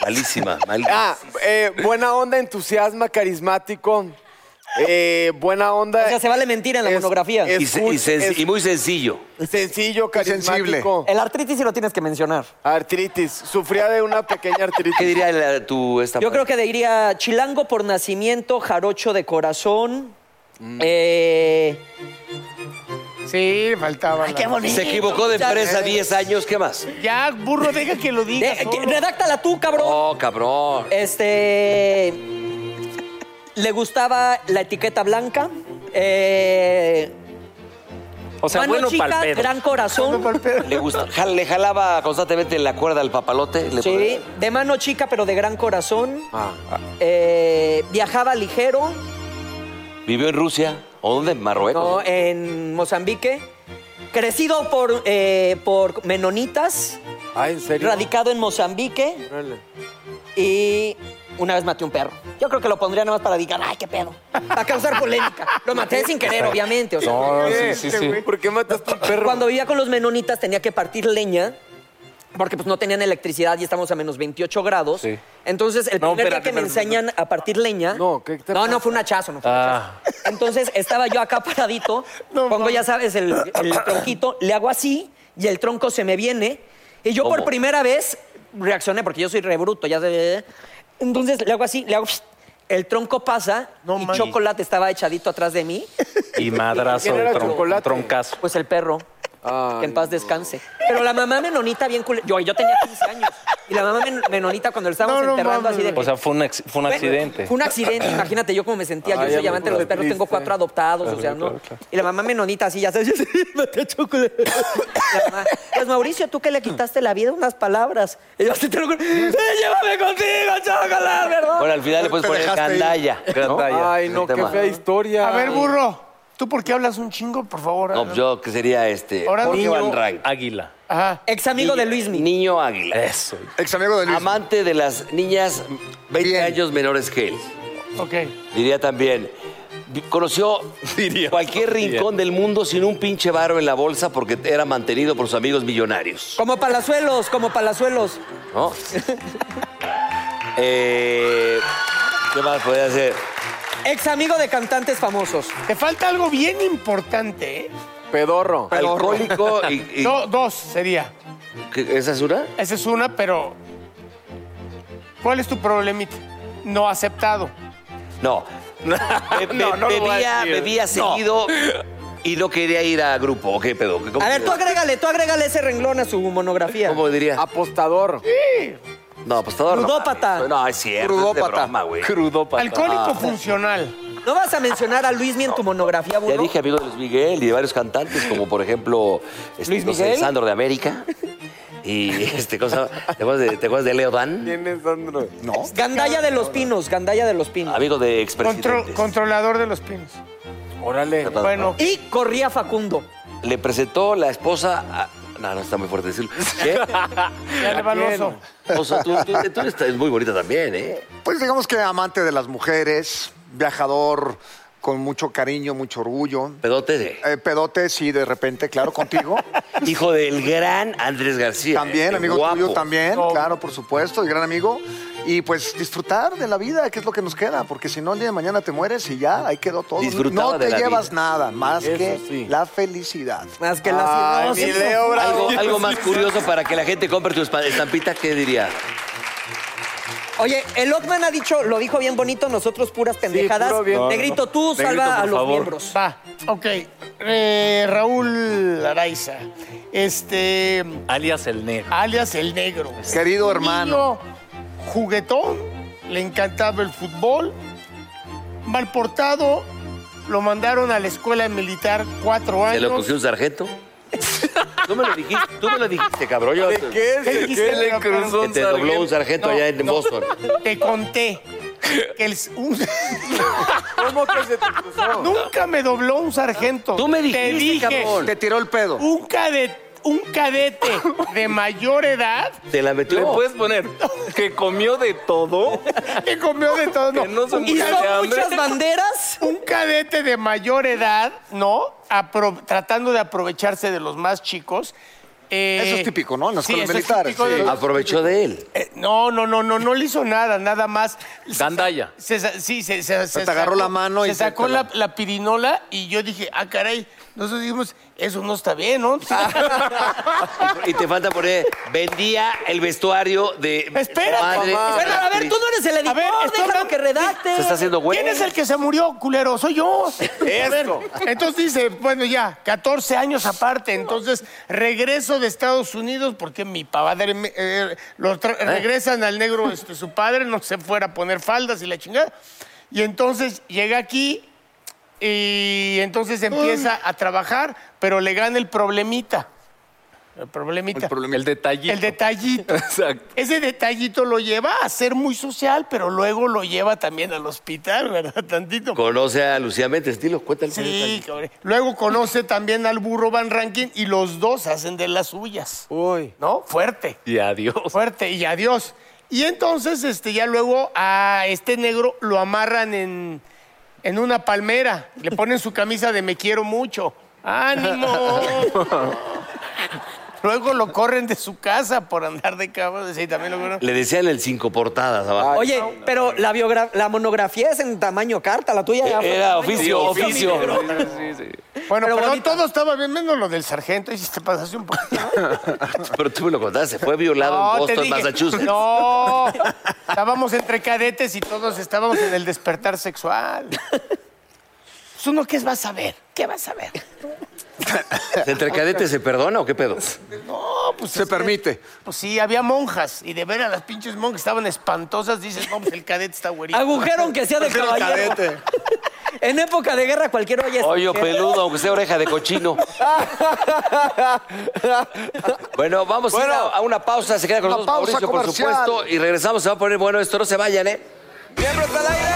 [SPEAKER 3] Malísima,
[SPEAKER 9] Ah,
[SPEAKER 3] malísima.
[SPEAKER 9] eh, buena onda, entusiasma, carismático. Eh, buena onda.
[SPEAKER 5] O sea, se vale mentir en la
[SPEAKER 9] Es-
[SPEAKER 5] monografía.
[SPEAKER 9] es-
[SPEAKER 3] y, se- y sen-
[SPEAKER 9] es-
[SPEAKER 3] y muy sencillo.
[SPEAKER 9] Sencillo,
[SPEAKER 4] sensible.
[SPEAKER 9] carismático.
[SPEAKER 5] El artritis sí lo tienes que mencionar.
[SPEAKER 9] Artritis. Sufría de una pequeña artritis.
[SPEAKER 3] ¿Qué diría la- tu esta
[SPEAKER 5] Yo creo que diría chilango por nacimiento, jarocho de corazón.
[SPEAKER 3] Mm.
[SPEAKER 5] Eh,
[SPEAKER 6] Sí, faltaba. la-
[SPEAKER 3] Se equivocó de empresa
[SPEAKER 5] Ya-
[SPEAKER 3] 10 años, ¿qué más?
[SPEAKER 6] Ya, burro, deja que lo diga.
[SPEAKER 5] De-
[SPEAKER 6] solo.
[SPEAKER 5] redáctala tú, cabrón.
[SPEAKER 3] Oh, cabrón.
[SPEAKER 5] Eh. Este. Le gustaba la etiqueta blanca. Eh,
[SPEAKER 8] O sea,
[SPEAKER 5] mano
[SPEAKER 8] bueno
[SPEAKER 5] chica,
[SPEAKER 8] para pedo.
[SPEAKER 5] gran corazón.
[SPEAKER 3] Le, gusta, jal- le jalaba constantemente la cuerda al papalote. Le
[SPEAKER 5] Sí,
[SPEAKER 3] ponía-
[SPEAKER 5] de mano chica, pero de gran corazón.
[SPEAKER 3] Ah, ah.
[SPEAKER 5] Eh, viajaba ligero
[SPEAKER 3] ¿Vivió en Rusia? ¿O dónde? ¿En Marruecos?
[SPEAKER 5] ¿no? en Mozambique. Crecido por, eh, por menonitas.
[SPEAKER 9] Ay, en serio.
[SPEAKER 5] Radicado en Mozambique.
[SPEAKER 9] Órale.
[SPEAKER 5] Y una vez maté un perro. Yo creo que lo pondría nada más para dedicar, ay, qué pedo. Para causar polémica. Lo maté sin querer, obviamente. o sea,
[SPEAKER 9] Ah, sí, sí, sí. ¿Por qué mataste a un perro?
[SPEAKER 5] Cuando vivía con los menonitas tenía que partir leña. Porque pues no tenían electricidad y estamos a menos 28 grados.
[SPEAKER 8] Sí.
[SPEAKER 5] Entonces, el
[SPEAKER 8] No,
[SPEAKER 5] primer día
[SPEAKER 8] espérate,
[SPEAKER 5] que me
[SPEAKER 8] espérate,
[SPEAKER 5] enseñan a partir leña.
[SPEAKER 9] No, ¿qué te
[SPEAKER 5] No,
[SPEAKER 9] pasa?
[SPEAKER 5] no fue un hachazo, no fue un
[SPEAKER 8] Ah.
[SPEAKER 5] hachazo. Entonces, estaba yo acá paradito, pongo, ya sabes, el, el tronquito, le hago así y el tronco se me viene. Y yo por
[SPEAKER 3] ¿Cómo?
[SPEAKER 5] primera vez reaccioné, porque yo soy rebruto, ya sé. Entonces, le hago así, le hago. El tronco pasa y chocolate estaba echadito atrás de mí.
[SPEAKER 8] Y madrazo
[SPEAKER 9] ¿Quién
[SPEAKER 8] de
[SPEAKER 9] era
[SPEAKER 8] tron-
[SPEAKER 9] chocolate?
[SPEAKER 8] troncazo.
[SPEAKER 5] Pues el perro. que en paz descanse. Pero la mamá menonita bien cool. Yo, yo tenía 15 años. Y la mamá men- menonita cuando le estábamos
[SPEAKER 6] No, no
[SPEAKER 5] enterrando así
[SPEAKER 6] mames.
[SPEAKER 3] Pues,
[SPEAKER 5] de... que-
[SPEAKER 8] O sea, fue un, ex- fue un
[SPEAKER 5] Bueno,
[SPEAKER 8] accidente.
[SPEAKER 5] Fue un accidente, imagínate yo cómo me sentía.
[SPEAKER 9] Ay,
[SPEAKER 5] yo
[SPEAKER 9] ya
[SPEAKER 5] soy
[SPEAKER 9] me
[SPEAKER 5] amante de los perros,
[SPEAKER 9] triste.
[SPEAKER 5] tengo cuatro adoptados, o sea, ¿no? Y la mamá menonita así, ya sabes, yo sí, maté chocolate. La mamá, pues Mauricio, tú que le quitaste la vida unas palabras. Y yo así te lo juro, "Sí, llévame contigo, chocolate, ¿verdad?
[SPEAKER 3] Bueno, al final le
[SPEAKER 4] Te
[SPEAKER 3] puedes
[SPEAKER 4] dejaste
[SPEAKER 3] poner candalla. ¿no?
[SPEAKER 8] Gandaya.
[SPEAKER 9] Ay, no,
[SPEAKER 3] Ese
[SPEAKER 9] qué
[SPEAKER 3] tema.
[SPEAKER 9] fea historia.
[SPEAKER 6] A ver, burro, ¿tú por qué hablas un chingo, por favor? ah,
[SPEAKER 3] No, pues yo que sería este.
[SPEAKER 6] Ahora
[SPEAKER 3] Jorge
[SPEAKER 6] niño-
[SPEAKER 3] Van Rank.
[SPEAKER 8] Águila.
[SPEAKER 6] Ajá.
[SPEAKER 5] Ex amigo de Luismi.
[SPEAKER 3] Niño águila.
[SPEAKER 8] Eso.
[SPEAKER 4] Ex amigo de Luis.
[SPEAKER 3] Amante de las niñas 20
[SPEAKER 4] Bien.
[SPEAKER 3] años menores que él.
[SPEAKER 6] Ok.
[SPEAKER 3] Diría también. vi- Conoció cualquier rincón del mundo sin un pinche varo en la bolsa porque era mantenido por sus amigos millonarios.
[SPEAKER 5] Como palazuelos, como palazuelos.
[SPEAKER 3] ¿no? Eh, ¿Qué más podría hacer?
[SPEAKER 5] Ex amigo de cantantes famosos.
[SPEAKER 6] Te falta algo bien importante, ¿eh?
[SPEAKER 9] Pedorro.
[SPEAKER 3] Alcohólico y. y-
[SPEAKER 6] Do- dos sería.
[SPEAKER 3] ¿qué- ¿Esa es una?
[SPEAKER 6] Esa es una, pero. ¿Cuál es tu problemita? No aceptado.
[SPEAKER 3] No. Be- be-
[SPEAKER 8] no lo voy a
[SPEAKER 3] bebía,
[SPEAKER 8] decir.
[SPEAKER 3] bebía seguido y no quería ir a grupo. ¿O ¿Qué pedo? ¿Cómo-
[SPEAKER 5] A ver, tú agrégale, tú agrégale ese renglón a su monografía.
[SPEAKER 3] ¿Cómo diría?
[SPEAKER 8] Ah,
[SPEAKER 9] Apostador.
[SPEAKER 3] No, apostador. no.
[SPEAKER 5] Crudópata.
[SPEAKER 3] No, es cierto. Crudópata. Es de broma, güey. Ah,
[SPEAKER 8] Crudópata.
[SPEAKER 6] Alcohólico funcional.
[SPEAKER 5] ¿No vas a mencionar a Luismi en tu monografía,
[SPEAKER 3] Ya
[SPEAKER 5] burro?
[SPEAKER 3] dije amigo de Luis Miguel y de varios cantantes, como por ejemplo este,
[SPEAKER 5] ¿Luis
[SPEAKER 3] no sé,
[SPEAKER 5] Miguel?
[SPEAKER 3] Sandro de América. Y este cosa, ¿te acuerdas de, te acuerdas de Leo Dan? ¿Quién
[SPEAKER 9] es Sandro?
[SPEAKER 3] No.
[SPEAKER 5] Gandalla de los Pinos, Gandalla de los Pinos.
[SPEAKER 3] Amigo de
[SPEAKER 6] Contro-
[SPEAKER 3] expresidentes.
[SPEAKER 6] controlador de los pinos.
[SPEAKER 9] Órale.
[SPEAKER 6] Bueno.
[SPEAKER 5] Y corría Facundo.
[SPEAKER 3] Le presentó la esposa a... No, no, está muy fuerte decirlo. ¿Qué?
[SPEAKER 6] le va el oso.
[SPEAKER 3] O sea, tú, tú- tú eres- eres muy bonita también, ¿eh?
[SPEAKER 4] Pues digamos que amante de las mujeres, viajador con mucho cariño, mucho orgullo.
[SPEAKER 3] Pedote de...
[SPEAKER 4] Eh, pedote, sí, de repente, claro, contigo.
[SPEAKER 3] Hijo del gran Andrés García.
[SPEAKER 4] También,
[SPEAKER 3] el
[SPEAKER 4] amigo
[SPEAKER 3] guapo.
[SPEAKER 4] tuyo, también, claro, por supuesto, el gran amigo. Y pues disfrutar de la vida, que es lo que nos queda, porque si no, el día de mañana te mueres y ya, ahí quedó todo.
[SPEAKER 3] Disfrutaba
[SPEAKER 4] no
[SPEAKER 3] de
[SPEAKER 4] te
[SPEAKER 3] la
[SPEAKER 4] llevas
[SPEAKER 3] vida.
[SPEAKER 4] nada más
[SPEAKER 3] Eso
[SPEAKER 4] que
[SPEAKER 3] sí.
[SPEAKER 4] la felicidad.
[SPEAKER 5] Más que la
[SPEAKER 9] Ay, mi Leo Bravo.
[SPEAKER 3] Algo, algo más curioso para que la gente compre tu espa- estampita, ¿qué diría?
[SPEAKER 5] Oye, el Ockman ha dicho, lo dijo bien bonito, nosotros puras pendejadas.
[SPEAKER 9] puro bien.
[SPEAKER 5] Negrito, tú
[SPEAKER 8] Negrito,
[SPEAKER 5] salva a
[SPEAKER 8] por
[SPEAKER 5] los
[SPEAKER 8] favor.
[SPEAKER 5] miembros.
[SPEAKER 6] Va, ok. Eh, Raúl Araiza, este,
[SPEAKER 8] Alias el negro.
[SPEAKER 6] alias el negro.
[SPEAKER 4] Querido
[SPEAKER 6] Un
[SPEAKER 4] hermano.
[SPEAKER 6] niño juguetón, le encantaba el fútbol. Mal portado, lo mandaron a la escuela militar cuatro
[SPEAKER 3] ¿Se lo
[SPEAKER 6] años.
[SPEAKER 3] cogió un sargento? Tú me lo dijiste, tú me lo dijiste, cabrón. Yo- que
[SPEAKER 9] ¿Qué es?
[SPEAKER 6] ¿Qué
[SPEAKER 9] ¿Qué,
[SPEAKER 6] dijiste,
[SPEAKER 9] le
[SPEAKER 6] cabrón?
[SPEAKER 9] cruzó un
[SPEAKER 3] te dobló un
[SPEAKER 9] sargento?
[SPEAKER 3] sargento allá en Boston.
[SPEAKER 6] Te conté que el- un-
[SPEAKER 9] ¿Cómo que se te cruzó?
[SPEAKER 6] nunca me dobló un sargento.
[SPEAKER 3] Tú me
[SPEAKER 6] Te
[SPEAKER 3] dijiste,
[SPEAKER 6] dije,
[SPEAKER 3] cabrón.
[SPEAKER 4] Te tiró el pedo.
[SPEAKER 6] un cadete, un cadete de mayor edad
[SPEAKER 3] Te la
[SPEAKER 8] ¿Le
[SPEAKER 3] metió.
[SPEAKER 8] puedes poner que comió de todo?
[SPEAKER 6] que comió de todo. No,
[SPEAKER 8] Que no se
[SPEAKER 6] un
[SPEAKER 8] murió de
[SPEAKER 6] cadete-
[SPEAKER 8] hambre.
[SPEAKER 5] Muchas banderas.
[SPEAKER 6] un cadete de mayor edad, ¿no? Apro- tratando de aprovecharse de los más chicos. eh,
[SPEAKER 4] Eso es típico, ¿no? En las
[SPEAKER 6] sí,
[SPEAKER 4] escuelas
[SPEAKER 6] eso es
[SPEAKER 4] militares,
[SPEAKER 6] típico de
[SPEAKER 4] sí.
[SPEAKER 6] los-
[SPEAKER 3] Aprovechó de él.
[SPEAKER 6] eh, no, no, no, no, no le hizo nada, nada más. Se sa-
[SPEAKER 8] Gandalla.
[SPEAKER 6] se sa- sí, se, se- se
[SPEAKER 4] te agarró la mano y
[SPEAKER 6] Se
[SPEAKER 4] se
[SPEAKER 6] sacó
[SPEAKER 4] te la-
[SPEAKER 6] la, la pirinola y yo dije, ah, caray, nosotros dijimos, eso no está bien, ¿no?
[SPEAKER 8] Ah,
[SPEAKER 3] Y te falta poner, vendía el vestuario de
[SPEAKER 6] Espérate, mamá.
[SPEAKER 5] Bueno, a ver, tú no eres el
[SPEAKER 6] A
[SPEAKER 5] editor,
[SPEAKER 6] ver, estoy
[SPEAKER 5] déjalo
[SPEAKER 6] hablando-
[SPEAKER 5] que redacte.
[SPEAKER 3] Se está haciendo güey.
[SPEAKER 6] ¿Quién es el que se murió, culero? Soy yo. A ver, entonces dice, bueno, ya, 14 años aparte. Entonces, regreso de Estados Unidos porque mi padre... me- eh, lo tra- Regresan al negro este, su padre, no se fuera a poner faldas y la chingada. Y entonces llega aquí y entonces empieza a trabajar, pero le gana el problemita. El problemita.
[SPEAKER 8] El detallito.
[SPEAKER 6] El detallito.
[SPEAKER 8] Exacto.
[SPEAKER 6] Ese detallito lo lleva a ser muy social, pero luego lo lleva también al hospital, ¿verdad? Tantito.
[SPEAKER 3] Conoce a Lucía Méndez, dilo, cuéntale.
[SPEAKER 6] Sí, cabrón. Luego conoce también al burro Van Rankin y los dos hacen de las suyas.
[SPEAKER 9] Uy.
[SPEAKER 6] ¿No? Fuerte.
[SPEAKER 8] Y adiós.
[SPEAKER 6] Fuerte. Y adiós. Y entonces, este, ya luego a este negro lo amarran en, en una palmera. Le ponen su camisa de me quiero mucho. ¡Ánimo! luego lo corren de su casa por andar de cabrón. Sí, también lo corren.
[SPEAKER 3] Le decían el cinco portadas abajo.
[SPEAKER 5] Oye, pero la, biogra- la monografía es en tamaño carta, la tuya ya fue
[SPEAKER 3] Era
[SPEAKER 5] tamaño-
[SPEAKER 3] oficio, oficio.
[SPEAKER 8] Sí, sí, sí.
[SPEAKER 6] Bueno,
[SPEAKER 5] Pero
[SPEAKER 6] pero, no
[SPEAKER 5] bonita.
[SPEAKER 6] todo estaba bien, menos lo del sargento. Y si te pasaste un poco.
[SPEAKER 9] Ah.
[SPEAKER 3] Pero tú me lo contaste, fue violado en
[SPEAKER 6] No, te
[SPEAKER 3] Boston,
[SPEAKER 6] dije,
[SPEAKER 3] Massachusetts.
[SPEAKER 6] No, estábamos entre cadetes y todos estábamos en el despertar sexual. Pues uno, ¿qué vas a ver? ¿Qué vas a ver?
[SPEAKER 3] ¿Entre cadetes se perdona o qué pedo?
[SPEAKER 6] No, pues.
[SPEAKER 4] Se
[SPEAKER 6] es que-
[SPEAKER 4] permite.
[SPEAKER 6] pues sí, había monjas. Y de ver a las pinches monjas estaban espantosas, dices, no, pues el cadete está güerito.
[SPEAKER 5] Agujero aunque sea de caballero. En época de guerra cualquier olla es
[SPEAKER 3] Hoyo
[SPEAKER 5] agujero.
[SPEAKER 3] peludo, aunque sea oreja de cochino. bueno, vamos a ir a, a una pausa. Se queda con
[SPEAKER 4] Una
[SPEAKER 3] nosotros
[SPEAKER 4] pausa
[SPEAKER 3] Mauricio, por
[SPEAKER 4] comercial.
[SPEAKER 3] supuesto. Y regresamos, se va a poner bueno esto. No se vayan, ¿eh?
[SPEAKER 2] ¡Miembros al aire!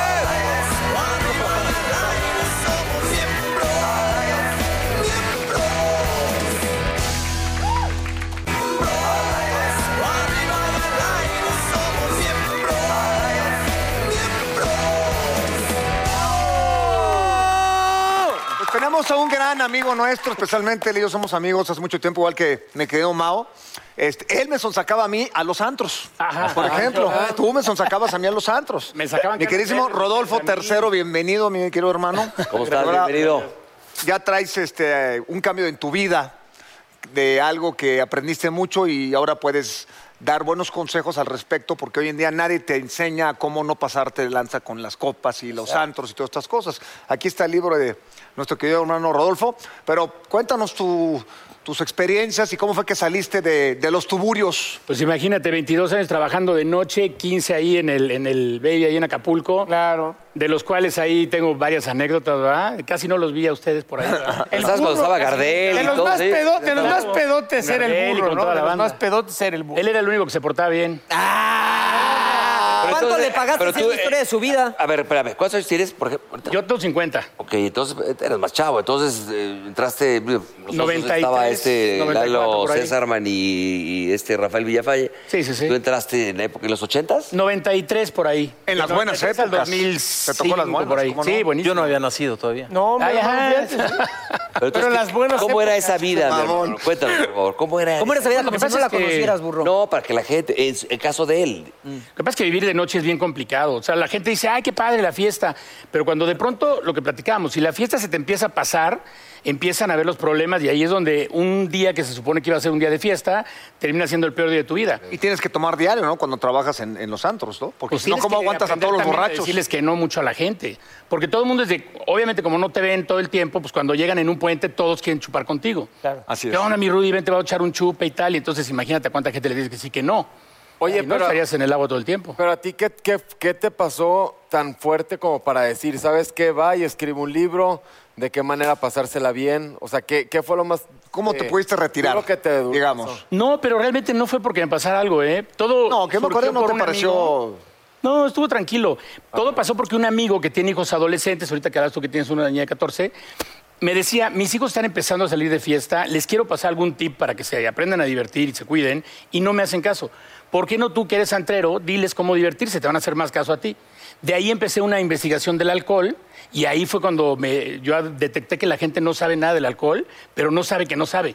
[SPEAKER 4] Pues tenemos a un gran amigo nuestro, especialmente él y yo somos amigos hace mucho tiempo, igual que me quedó Mao. Este, él me sonsacaba a mí a los antros. Por ejemplo, tú me sonsacabas a mí a los antros.
[SPEAKER 10] Me sacaban
[SPEAKER 4] Mi queridísimo
[SPEAKER 10] carteles,
[SPEAKER 4] Rodolfo Tercero, bienvenido, mi querido hermano.
[SPEAKER 3] ¿Cómo estás?
[SPEAKER 4] Ahora,
[SPEAKER 3] Bienvenido.
[SPEAKER 4] Ya traes este, un cambio en tu vida de algo que aprendiste mucho y ahora puedes dar buenos consejos al respecto porque hoy en día nadie te enseña a cómo no pasarte de lanza con las copas y los antros y todas estas cosas. Aquí está el libro de nuestro querido hermano Rodolfo, pero cuéntanos tu,
[SPEAKER 8] tus experiencias y cómo fue que saliste de, de los tuburios.
[SPEAKER 2] Pues imagínate, 22 años trabajando de noche, 15 ahí en el, en el Baby, ahí en Acapulco. Claro. De los cuales ahí tengo varias anécdotas, ¿verdad? Casi no los vi a ustedes por ahí.
[SPEAKER 3] ¿Sabes cuando estaba Gardel
[SPEAKER 6] De
[SPEAKER 3] y
[SPEAKER 6] los
[SPEAKER 3] todo?
[SPEAKER 6] más
[SPEAKER 3] sí?
[SPEAKER 6] pedo- de los más pedotes era
[SPEAKER 2] Gardel y
[SPEAKER 6] el burro,
[SPEAKER 2] con
[SPEAKER 6] ¿no?
[SPEAKER 2] toda
[SPEAKER 6] De
[SPEAKER 2] la
[SPEAKER 6] los
[SPEAKER 2] banda.
[SPEAKER 6] más pedotes era el burro.
[SPEAKER 2] Él era el único que se portaba bien.
[SPEAKER 3] Pero
[SPEAKER 5] Ah, ¿Cuánto
[SPEAKER 3] entonces-
[SPEAKER 5] le pagaste
[SPEAKER 3] pero
[SPEAKER 5] esa
[SPEAKER 3] tú, eh,
[SPEAKER 5] historia de su vida?
[SPEAKER 3] A ver, espérame, ¿cuántos años tienes? Por ejemplo, ahorita?
[SPEAKER 2] Yo tengo 50.
[SPEAKER 3] Ok, entonces eh, eras más chavo, entonces eh, entraste. eh, nosotros
[SPEAKER 2] 93,
[SPEAKER 3] estaba este
[SPEAKER 2] 94
[SPEAKER 3] Lalo
[SPEAKER 2] por ahí.
[SPEAKER 3] Césarman y, y este Rafael Villafalle. Sí, sí, sí. ¿Tú entraste en la época, en los 80s?
[SPEAKER 2] 93 por ahí.
[SPEAKER 8] En las
[SPEAKER 2] Del
[SPEAKER 8] buenas
[SPEAKER 2] 93 al
[SPEAKER 8] épocas.
[SPEAKER 2] 2005
[SPEAKER 8] Te tocó las buenas,
[SPEAKER 2] por ahí.
[SPEAKER 8] ¿cómo no?
[SPEAKER 2] Sí, buenísimo.
[SPEAKER 11] Yo no había nacido todavía.
[SPEAKER 6] No, hombre,
[SPEAKER 2] Ay, ajá.
[SPEAKER 6] no, fíjate.
[SPEAKER 3] Pero, entonces,
[SPEAKER 6] Pero las buenas
[SPEAKER 3] ¿Cómo era
[SPEAKER 6] épocas,
[SPEAKER 3] esa vida, mi hermano?
[SPEAKER 6] mamón.
[SPEAKER 3] Cuéntanos, por favor. ¿Cómo era
[SPEAKER 5] ¿Cómo era esa vida?
[SPEAKER 2] Lo que
[SPEAKER 5] Como si
[SPEAKER 2] pasa
[SPEAKER 5] no la
[SPEAKER 2] es que-
[SPEAKER 5] conocieras, burro.
[SPEAKER 3] No, para que la gente, en, su- en caso de él.
[SPEAKER 2] Lo que pasa es que vivir de noche es bien complicado. O sea, la gente dice, ay, qué padre la fiesta. Pero cuando de pronto, lo que platicamos, si la fiesta se te empieza a pasar, empiezan a ver los problemas y ahí es donde un día que se supone que iba a ser un día de fiesta, termina siendo el peor día de tu vida.
[SPEAKER 8] Y tienes que tomar diario, ¿no? Cuando trabajas en, en los antros, ¿no? Porque
[SPEAKER 2] Pues
[SPEAKER 8] si no,
[SPEAKER 2] tienes
[SPEAKER 8] ¿cómo
[SPEAKER 2] que
[SPEAKER 8] aguantas a todos
[SPEAKER 2] aprender
[SPEAKER 8] los
[SPEAKER 2] también
[SPEAKER 8] borrachos?
[SPEAKER 2] Decirles que no mucho a la gente. Porque todo el mundo es de, obviamente como no te ven todo el tiempo, pues cuando llegan en un puente todos quieren chupar contigo.
[SPEAKER 8] Así es.
[SPEAKER 2] ¿Qué onda, mi Rudy? Ven, te va a echar un chupe y tal. Y entonces imagínate a cuánta gente le dices que sí, que no.
[SPEAKER 12] Oye,
[SPEAKER 2] Y no
[SPEAKER 12] pero-
[SPEAKER 2] estarías en el agua todo el tiempo.
[SPEAKER 12] Pero a ti, ¿qué, qué, qué te pasó tan fuerte como para decir, ¿sabes qué? Va y escribe un libro, ¿de qué manera pasársela bien? O sea, ¿qué, qué fue lo más.
[SPEAKER 8] ¿Cómo te pudiste retirar,
[SPEAKER 12] duro que te duró?
[SPEAKER 8] digamos?
[SPEAKER 2] No, pero realmente no fue porque me pasara algo, ¿eh? Todo.
[SPEAKER 8] No, que me
[SPEAKER 2] surgió
[SPEAKER 8] acuerdo, no
[SPEAKER 2] por
[SPEAKER 8] te
[SPEAKER 2] un
[SPEAKER 8] pareció.
[SPEAKER 2] amigo. No, estuvo tranquilo. Todo pasó porque un amigo que tiene hijos adolescentes, ahorita que hablas tú que tienes una niña de 14, me decía, mis hijos están empezando a salir de fiesta, les quiero pasar algún tip para que se aprendan a divertir y se cuiden, y no me hacen caso. ¿Por qué no tú que eres antrero, diles cómo divertirse, te van a hacer más caso a ti? De ahí empecé una investigación del alcohol y ahí fue cuando me- yo detecté que la gente no sabe nada del alcohol, pero no sabe que no sabe.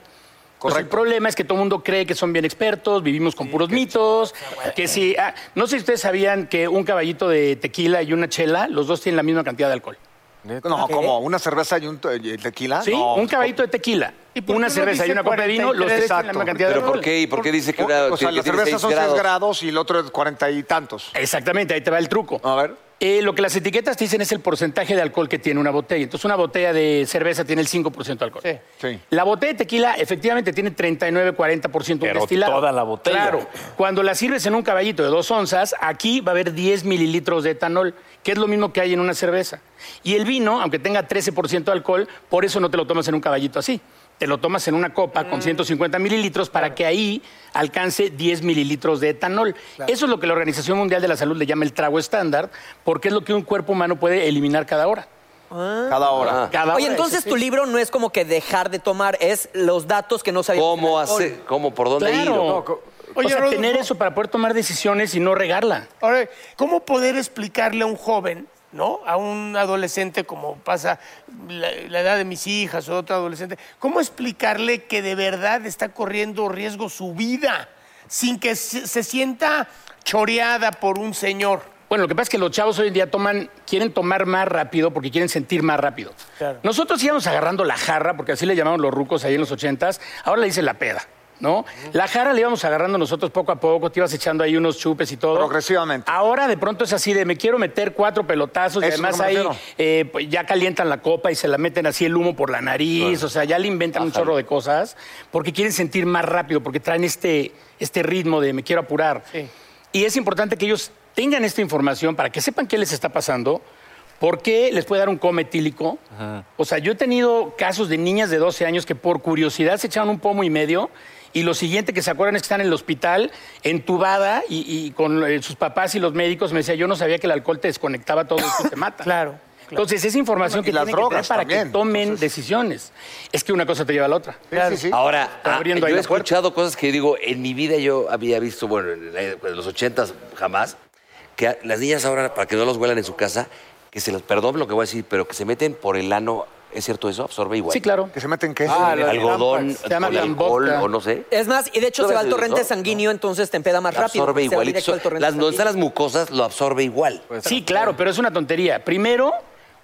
[SPEAKER 2] Pues el problema es que todo el mundo cree que son bien expertos, vivimos con puros mitos, que si... ah, no sé si ustedes sabían que un caballito de tequila y una chela, los dos tienen la misma cantidad de alcohol.
[SPEAKER 8] No, ¿cómo? ¿Una cerveza y un te- y tequila?
[SPEAKER 2] ¿Sí?
[SPEAKER 8] No. pues,
[SPEAKER 2] un caballito de tequila,
[SPEAKER 6] ¿Y por qué
[SPEAKER 2] una
[SPEAKER 6] no
[SPEAKER 2] cerveza y
[SPEAKER 6] dice
[SPEAKER 2] una copa de vino, los tres
[SPEAKER 6] 43?
[SPEAKER 2] tienen la misma cantidad de
[SPEAKER 3] ¿Pero por
[SPEAKER 2] alcohol.
[SPEAKER 3] qué? ¿Y por qué dice que una.
[SPEAKER 8] O sea,
[SPEAKER 3] que
[SPEAKER 8] la
[SPEAKER 3] tiene
[SPEAKER 8] cerveza
[SPEAKER 3] seis
[SPEAKER 8] son 6
[SPEAKER 3] grados?
[SPEAKER 8] grados y el otro es 40 y tantos.
[SPEAKER 2] Exactamente, ahí te va el truco.
[SPEAKER 8] A ver.
[SPEAKER 2] Eh, lo que las etiquetas te dicen es el porcentaje de alcohol que tiene una botella. Entonces, una botella de cerveza tiene el 5% de alcohol.
[SPEAKER 8] Sí.
[SPEAKER 2] La botella de tequila efectivamente tiene 39-40% un
[SPEAKER 11] Pero
[SPEAKER 2] destilado.
[SPEAKER 11] toda la botella.
[SPEAKER 2] Claro. Cuando la sirves en un caballito de dos onzas, aquí va a haber 10 mililitros de etanol, que es lo mismo que hay en una cerveza. Y el vino, aunque tenga 13% de alcohol, por eso no te lo tomas en un caballito así. Te lo tomas en una copa
[SPEAKER 6] Mm.
[SPEAKER 2] con 150 mililitros para que ahí alcance 10 mililitros de etanol. Eso es lo que la Organización Mundial de la Salud le llama el trago estándar, porque es lo que un cuerpo humano puede eliminar cada hora.
[SPEAKER 8] Cada hora.
[SPEAKER 2] Cada
[SPEAKER 5] Oye,
[SPEAKER 2] hora,
[SPEAKER 5] entonces
[SPEAKER 2] eso sí.
[SPEAKER 5] tu libro no es como que dejar de tomar, es los datos que no sabíamos.
[SPEAKER 3] ¿Cómo
[SPEAKER 5] del alcohol.
[SPEAKER 3] hacer? ¿Cómo? ¿Por dónde ir?
[SPEAKER 2] Claro.
[SPEAKER 3] ¿O-
[SPEAKER 6] Oye,
[SPEAKER 2] o sea,
[SPEAKER 6] Rodolfo.
[SPEAKER 2] tener eso para poder tomar decisiones y no regarla.
[SPEAKER 6] Ahora, ¿cómo poder explicarle a un joven, ¿no? A un adolescente, como pasa la, la edad de mis hijas o otro adolescente, ¿cómo explicarle que de verdad está corriendo riesgo su vida sin que se, se sienta choreada por un señor?
[SPEAKER 2] Bueno, lo que pasa es que los chavos hoy en día toman, quieren tomar más rápido porque quieren sentir más rápido. Nosotros íbamos agarrando la jarra, porque así le llamaban los rucos ahí en los ochentas, ahora le dicen la peda, ¿no? La jarra le íbamos agarrando nosotros poco a poco, te ibas echando ahí unos chupes y todo.
[SPEAKER 8] Progresivamente.
[SPEAKER 2] Ahora de pronto es así de me quiero meter cuatro pelotazos y
[SPEAKER 8] Eso es
[SPEAKER 2] además
[SPEAKER 8] lo que
[SPEAKER 2] ahí
[SPEAKER 8] me refiero.
[SPEAKER 2] eh, pues, ya calientan la copa y se la meten así el humo por la nariz, o sea, ya le inventan un chorro de cosas porque quieren sentir más rápido, porque traen este, este ritmo de me quiero apurar. Y es importante que ellos tengan esta información para que sepan qué les está pasando, por qué les puede dar un coma etílico. O sea, yo he tenido casos de niñas de 12 años que por curiosidad se echaron un pomo y medio y lo siguiente que se acuerdan es que están en el hospital, entubada y, y con eh, sus papás y los médicos me decía yo no sabía que el alcohol te desconectaba todo esto y te mata.
[SPEAKER 6] Claro.
[SPEAKER 2] Entonces, es información
[SPEAKER 8] Y
[SPEAKER 2] que
[SPEAKER 8] las
[SPEAKER 2] tienen que tener
[SPEAKER 8] drogas
[SPEAKER 2] para
[SPEAKER 8] también,
[SPEAKER 2] que tomen
[SPEAKER 8] entonces.
[SPEAKER 2] decisiones. Es que una cosa te lleva a la otra.
[SPEAKER 8] Sí, sí, sí.
[SPEAKER 3] Ahora,
[SPEAKER 2] Está
[SPEAKER 3] ah,
[SPEAKER 2] abriendo
[SPEAKER 3] yo
[SPEAKER 2] ahí
[SPEAKER 3] he
[SPEAKER 2] la puerta.
[SPEAKER 3] escuchado cosas que digo, en mi vida yo había visto, bueno, en, la- en los ochentas jamás, que a- las niñas ahora, para que no los huelan en su casa, que se los, perdón lo que voy a decir, pero que se meten por el ano, ¿es cierto eso? Absorbe igual.
[SPEAKER 2] Sí, claro.
[SPEAKER 8] ¿Que se meten qué?
[SPEAKER 12] Ah, lo-
[SPEAKER 3] Algodón,
[SPEAKER 2] Se llama
[SPEAKER 3] con alcohol
[SPEAKER 2] Lambota.
[SPEAKER 3] o no sé.
[SPEAKER 5] Es más, y de hecho
[SPEAKER 3] ¿No
[SPEAKER 5] se va
[SPEAKER 3] ves
[SPEAKER 5] al
[SPEAKER 3] el
[SPEAKER 5] torrente
[SPEAKER 3] doctor?
[SPEAKER 5] sanguíneo, entonces te empeda más rápido.
[SPEAKER 3] absorbe
[SPEAKER 5] se va
[SPEAKER 3] igual. y
[SPEAKER 5] directo
[SPEAKER 3] so-
[SPEAKER 5] al torrente
[SPEAKER 3] las, donde están las
[SPEAKER 5] sanguíneo.
[SPEAKER 3] mucosas lo absorbe igual.
[SPEAKER 8] Pues,
[SPEAKER 2] Sí, claro, pero es una tontería. Primero,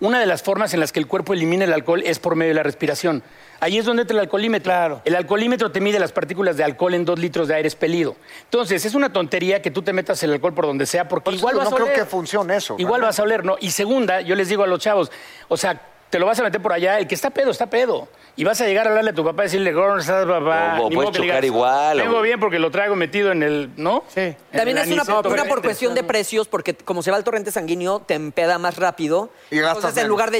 [SPEAKER 2] una de las formas en las que el cuerpo elimina el alcohol es por medio de la respiración. Ahí es donde entra el alcoholímetro. El alcoholímetro te mide las partículas de alcohol en dos litros de aire expelido. Entonces, es una tontería que tú te metas el alcohol por donde sea, porque
[SPEAKER 8] Por eso
[SPEAKER 2] igual
[SPEAKER 8] no
[SPEAKER 2] vas a
[SPEAKER 8] creo
[SPEAKER 2] oler.
[SPEAKER 8] que funcione eso,
[SPEAKER 2] Igual
[SPEAKER 8] ¿verdad?
[SPEAKER 2] vas a oler, ¿no? Y segunda, yo les digo a los chavos, o sea,
[SPEAKER 6] Te lo vas a meter por allá. El que está pedo, está pedo. Y vas a llegar a hablarle a tu papá y decirle, ¿cómo estás, papá?
[SPEAKER 3] O- o
[SPEAKER 6] Ni
[SPEAKER 3] puedes
[SPEAKER 6] modo que le
[SPEAKER 3] chocar igual, o-
[SPEAKER 6] Vengo bien porque lo traigo metido en oh, el. ¿No? Sí.
[SPEAKER 5] También es una, una por cuestión
[SPEAKER 6] este
[SPEAKER 5] de precios, porque como se va el torrente sanguíneo, te empeda más rápido.
[SPEAKER 6] Y gastas
[SPEAKER 5] Entonces, en
[SPEAKER 6] menos.
[SPEAKER 5] lugar de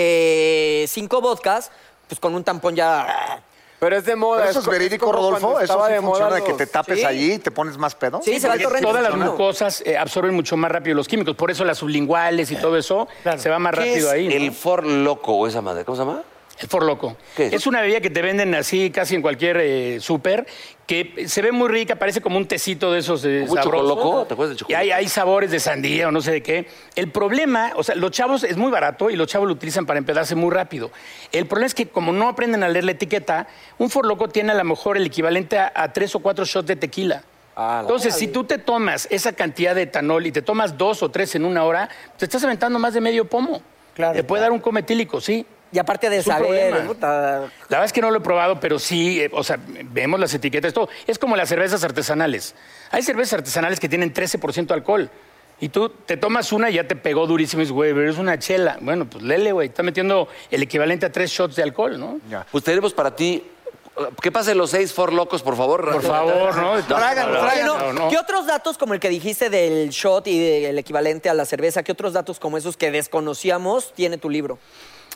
[SPEAKER 5] echarte cinco vodkas, pues con un tampón ya.
[SPEAKER 2] Pero es de moda.
[SPEAKER 13] Pero eso es verídico, Rodolfo. Eso sí funciona de que te tapes
[SPEAKER 5] Sí.
[SPEAKER 13] allí y te pones más pedo.
[SPEAKER 5] Sí, se va al torrente.
[SPEAKER 6] Todas las
[SPEAKER 5] Claro.
[SPEAKER 6] glucosas eh, absorben mucho más rápido los químicos. Por eso las sublinguales y todo eso se va más
[SPEAKER 3] ¿Qué
[SPEAKER 6] rápido
[SPEAKER 3] es
[SPEAKER 6] ahí. ¿no?
[SPEAKER 3] El for loco o esa madre, ¿cómo se llama?
[SPEAKER 6] El forloco.
[SPEAKER 3] es?
[SPEAKER 6] Es? una bebida que te venden así casi en cualquier eh, súper, que se ve muy rica, parece como un tecito de esos de
[SPEAKER 3] ¿Como un chocoloco? ¿Te acuerdas del
[SPEAKER 6] Y hay, hay sabores de sandía o no sé de qué. El problema, o sea, los chavos es muy barato y los chavos lo utilizan para empedarse muy rápido. El problema es que como no aprenden a leer la etiqueta, un forloco tiene a lo mejor el equivalente a, a tres o cuatro shots de tequila.
[SPEAKER 8] Ah,
[SPEAKER 6] Entonces, si tú te tomas esa cantidad de etanol y te tomas dos o tres en una hora, te estás aventando más de medio pomo. Claro, te puede dar un cometílico, sí.
[SPEAKER 5] Y aparte de
[SPEAKER 6] Es un
[SPEAKER 5] saber,
[SPEAKER 6] problema.
[SPEAKER 5] puta,
[SPEAKER 6] La verdad es que no lo he probado, pero sí, eh, o sea, vemos las etiquetas. Esto es como las cervezas artesanales. Hay cervezas artesanales que tienen 13% de alcohol. Y tú te tomas una y ya te pegó durísimo y dices, güey, pero es una chela. Bueno, pues lele, güey, está metiendo el equivalente a tres shots de alcohol, ¿no?
[SPEAKER 3] Pues tenemos para ti. Que pasen los seis for locos, por favor.
[SPEAKER 6] Por favor, ¿no?
[SPEAKER 3] Tráiganlo,
[SPEAKER 5] Oye,
[SPEAKER 3] tráiganlo.
[SPEAKER 5] no, ¿Qué otros datos como el que dijiste del shot y del equivalente a la cerveza, qué otros datos como esos que desconocíamos tiene tu libro?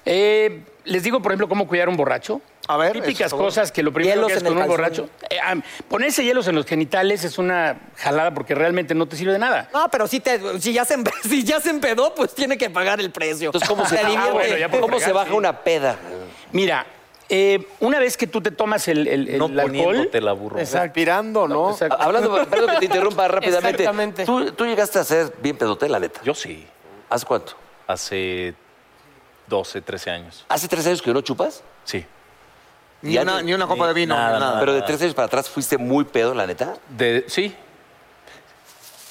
[SPEAKER 6] Eh, les digo, por ejemplo, cómo cuidar a un borracho. A ver, Típicas
[SPEAKER 5] eso, por favor.
[SPEAKER 6] cosas que lo primero
[SPEAKER 5] Hielos
[SPEAKER 6] que haces
[SPEAKER 5] en el
[SPEAKER 6] con un
[SPEAKER 5] calzón.
[SPEAKER 6] borracho. eh, ah, ponerse hielos en los genitales es una jalada porque realmente no te sirve de nada.
[SPEAKER 5] No, pero si, te, si, ya, se, empe- si ya se empedó, pues tiene que pagar el precio.
[SPEAKER 6] Entonces, ¿cómo se-
[SPEAKER 5] Te
[SPEAKER 6] Ah,
[SPEAKER 5] divierte.
[SPEAKER 6] bueno, ya por
[SPEAKER 3] ¿Cómo
[SPEAKER 6] fregar,
[SPEAKER 3] se baja
[SPEAKER 6] sí.
[SPEAKER 3] una peda?
[SPEAKER 6] Mira, eh, una vez que tú te tomas el, el, el
[SPEAKER 8] No
[SPEAKER 6] alcohol...
[SPEAKER 8] poniéndote la burro.
[SPEAKER 2] Respirando, ¿no?
[SPEAKER 6] exacto.
[SPEAKER 3] Hablando, perdón que te interrumpa rápidamente.
[SPEAKER 2] Exactamente.
[SPEAKER 3] ¿Tú, tú llegaste a ser bien pedote, la neta.
[SPEAKER 8] Yo sí.
[SPEAKER 3] ¿Hace cuánto?
[SPEAKER 8] Hace 12, 13 años.
[SPEAKER 3] ¿Hace tres años que no chupas?
[SPEAKER 8] Sí.
[SPEAKER 13] Ni una, ni una copa de vino,
[SPEAKER 8] nada,
[SPEAKER 13] nada.
[SPEAKER 8] nada.
[SPEAKER 3] Pero de tres años para atrás fuiste muy pedo, la neta.
[SPEAKER 8] De, sí.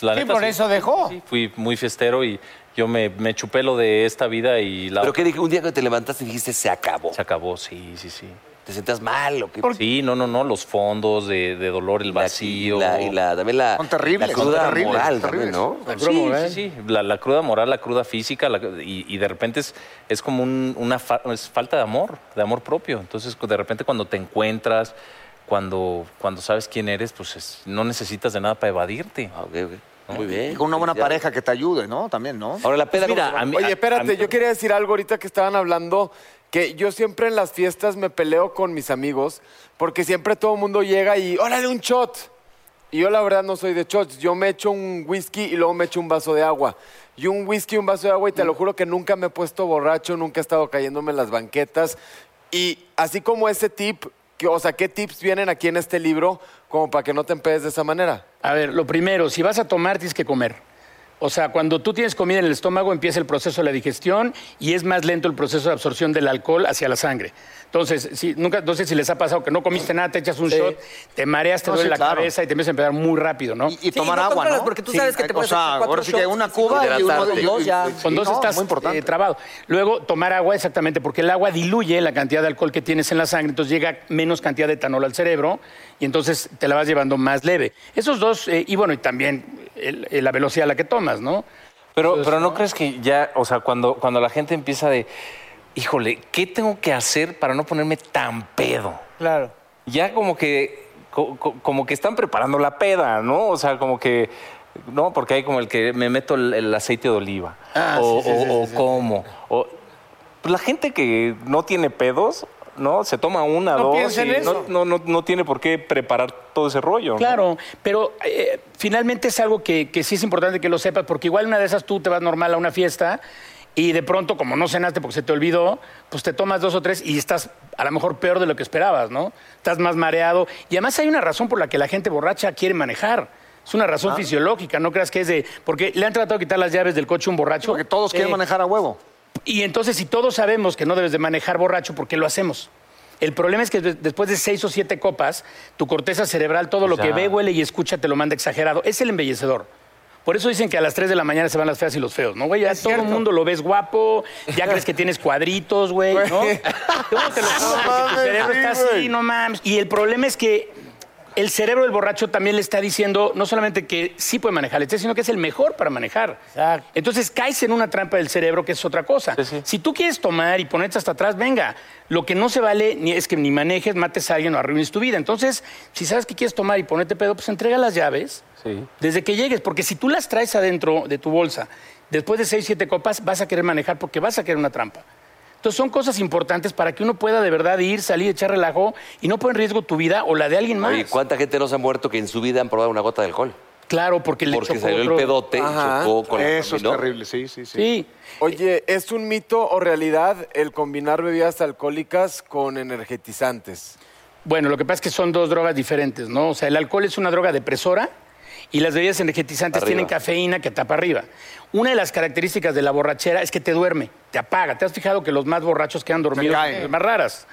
[SPEAKER 8] La
[SPEAKER 14] Sí,
[SPEAKER 8] neta,
[SPEAKER 14] por
[SPEAKER 8] sí.
[SPEAKER 14] eso dejó.
[SPEAKER 8] Fui muy fiestero y yo me, me chupé lo de esta vida y la.
[SPEAKER 3] Pero que dije, un día que te levantaste y dijiste, se acabó.
[SPEAKER 8] Se acabó, sí, sí, sí.
[SPEAKER 3] ¿Te sentías mal o qué?
[SPEAKER 8] Sí, no, no, no, los fondos de, de dolor, el vacío.
[SPEAKER 3] la- y la- también la- Son terribles, la cruda son terribles, moral son
[SPEAKER 8] también,
[SPEAKER 3] terribles. también, ¿no?
[SPEAKER 8] La
[SPEAKER 3] La
[SPEAKER 8] cruda
[SPEAKER 3] cruda
[SPEAKER 8] sí,
[SPEAKER 3] moral.
[SPEAKER 8] sí, sí. La, la cruda moral, la cruda física, la- y, y de repente es, es como un- una fa- es falta de amor, de amor propio. Entonces, de repente cuando te encuentras, cuando, cuando sabes quién eres, pues es- no necesitas de nada para evadirte.
[SPEAKER 3] Muy bien.
[SPEAKER 13] Y con una buena pareja que te ayude, ¿no? También, ¿no?
[SPEAKER 3] Ahora la peda.
[SPEAKER 8] Pues Mira, a mí-
[SPEAKER 2] Oye,
[SPEAKER 8] a-
[SPEAKER 2] espérate,
[SPEAKER 8] a mí-
[SPEAKER 2] yo quería decir algo ahorita que estaban hablando, que yo siempre en las fiestas me peleo con mis amigos, porque siempre todo el mundo llega y, órale, un shot. Y yo la verdad no soy de shots, yo me echo un whisky y luego me echo un vaso de agua. Y un whisky, un vaso de agua, y te lo juro que nunca me he puesto borracho, nunca he estado cayéndome en las banquetas. Y así como ese tip, que, o sea, ¿qué tips vienen aquí en este libro como para que no te empedes de esa manera?
[SPEAKER 6] A ver, lo primero, si vas a tomar, tienes que comer. O sea, cuando tú tienes comida en el estómago, empieza el proceso de la digestión y es más lento el proceso de absorción del alcohol hacia la sangre. Entonces, si, nunca, no sé si les ha pasado que no comiste nada, te echas un shot, te mareas, te
[SPEAKER 13] No,
[SPEAKER 6] duele
[SPEAKER 13] sí,
[SPEAKER 6] la
[SPEAKER 13] claro.
[SPEAKER 6] cabeza y te empiezas a empedar muy rápido, ¿no?
[SPEAKER 13] Y tomar agua, ¿no? Sí, o sea, ahora sí que una cuba y uno de ellos.
[SPEAKER 6] Con dos estás
[SPEAKER 13] muy importante.
[SPEAKER 6] eh, trabado. Luego, tomar agua, exactamente, porque el agua diluye la cantidad de alcohol que tienes en la sangre, entonces llega menos cantidad de etanol al cerebro y entonces te la vas llevando más leve. Esos dos, eh, y bueno, y también el- el- la velocidad a la que tomas, ¿no?
[SPEAKER 8] Pero, pero no crees que ya, o sea, cuando, cuando la gente empieza de, híjole, ¿qué tengo que hacer para no ponerme tan pedo?
[SPEAKER 14] Claro.
[SPEAKER 8] Ya como que, co- co- como que están preparando la peda, ¿no? O sea, como que, no, porque hay como el que me meto el, el aceite de oliva.
[SPEAKER 6] Ah,
[SPEAKER 8] o
[SPEAKER 6] sí, sí, sí,
[SPEAKER 8] o-
[SPEAKER 6] sí,
[SPEAKER 8] o
[SPEAKER 6] sí.
[SPEAKER 8] como. O, pues la gente que no tiene pedos, ¿no? Se toma una,
[SPEAKER 6] No
[SPEAKER 8] dos,
[SPEAKER 6] piensa en
[SPEAKER 8] y
[SPEAKER 6] eso.
[SPEAKER 8] No, no, no, no tiene por qué preparar todo ese rollo. ¿no?
[SPEAKER 6] Claro, pero eh, finalmente es algo que, que sí es importante que lo sepas, porque igual una de esas tú te vas normal a una fiesta y de pronto, como no cenaste porque se te olvidó, pues te tomas dos o tres y estás a lo mejor peor de lo que esperabas, ¿no? Estás más mareado. Y además hay una razón por la que la gente borracha quiere manejar. Es una razón fisiológica, no creas que es de... Porque le han tratado de quitar las llaves del coche a un borracho. Porque
[SPEAKER 13] todos quieren manejar a huevo.
[SPEAKER 6] Y entonces, si todos sabemos que no debes de manejar borracho, ¿por qué lo hacemos? El problema es que de- después de seis o siete copas, tu corteza cerebral, todo lo
[SPEAKER 8] Ya.
[SPEAKER 6] que ve, huele y escucha, te lo manda exagerado. Es el embellecedor. Por eso dicen que a las 3 de la mañana se van las feas y los feos, ¿no, güey? Ya todo el mundo lo ves guapo, ya crees que tienes cuadritos, güey, ¿no? No, te lo juro, porque tu cerebro está así, no mames. Y el problema es que el cerebro del borracho también le está diciendo no solamente que sí puede manejar el estrés, sino que es el mejor para manejar. Entonces caes en una trampa del cerebro que es otra cosa. Si tú quieres tomar y ponerte hasta atrás, venga. Lo que no se vale ni es que ni manejes, mates a alguien o arruines tu vida. Entonces, si sabes que quieres tomar y ponerte pedo, pues entrega las llaves desde que llegues. Porque si tú las traes adentro de tu bolsa, después de seis, siete copas, vas a querer manejar porque vas a querer una trampa. Entonces son cosas importantes para que uno pueda de verdad ir, salir, echar relajo y no poner en riesgo tu vida o la de alguien más.
[SPEAKER 3] Oye, ¿cuánta gente no se ha muerto que en su vida han probado una gota de alcohol?
[SPEAKER 6] Claro, porque le
[SPEAKER 3] Porque
[SPEAKER 6] chocó
[SPEAKER 3] salió
[SPEAKER 6] otro-
[SPEAKER 3] el pedote,
[SPEAKER 6] Ajá.
[SPEAKER 3] chocó con la
[SPEAKER 6] Eso es
[SPEAKER 3] familia, ¿no?
[SPEAKER 15] Terrible, sí, sí, sí.
[SPEAKER 2] Oye, ¿es un mito o realidad el combinar bebidas alcohólicas con energetizantes?
[SPEAKER 6] Bueno, lo que pasa es que son dos drogas diferentes, ¿no? O sea, el alcohol es una droga depresora y las bebidas energetizantes
[SPEAKER 2] Arriba.
[SPEAKER 6] tienen cafeína que tapa arriba. Una de las características de la borrachera es que te duerme, te apaga. ¿Te has fijado que los más borrachos quedan dormidos
[SPEAKER 2] caen.
[SPEAKER 6] en las más raras?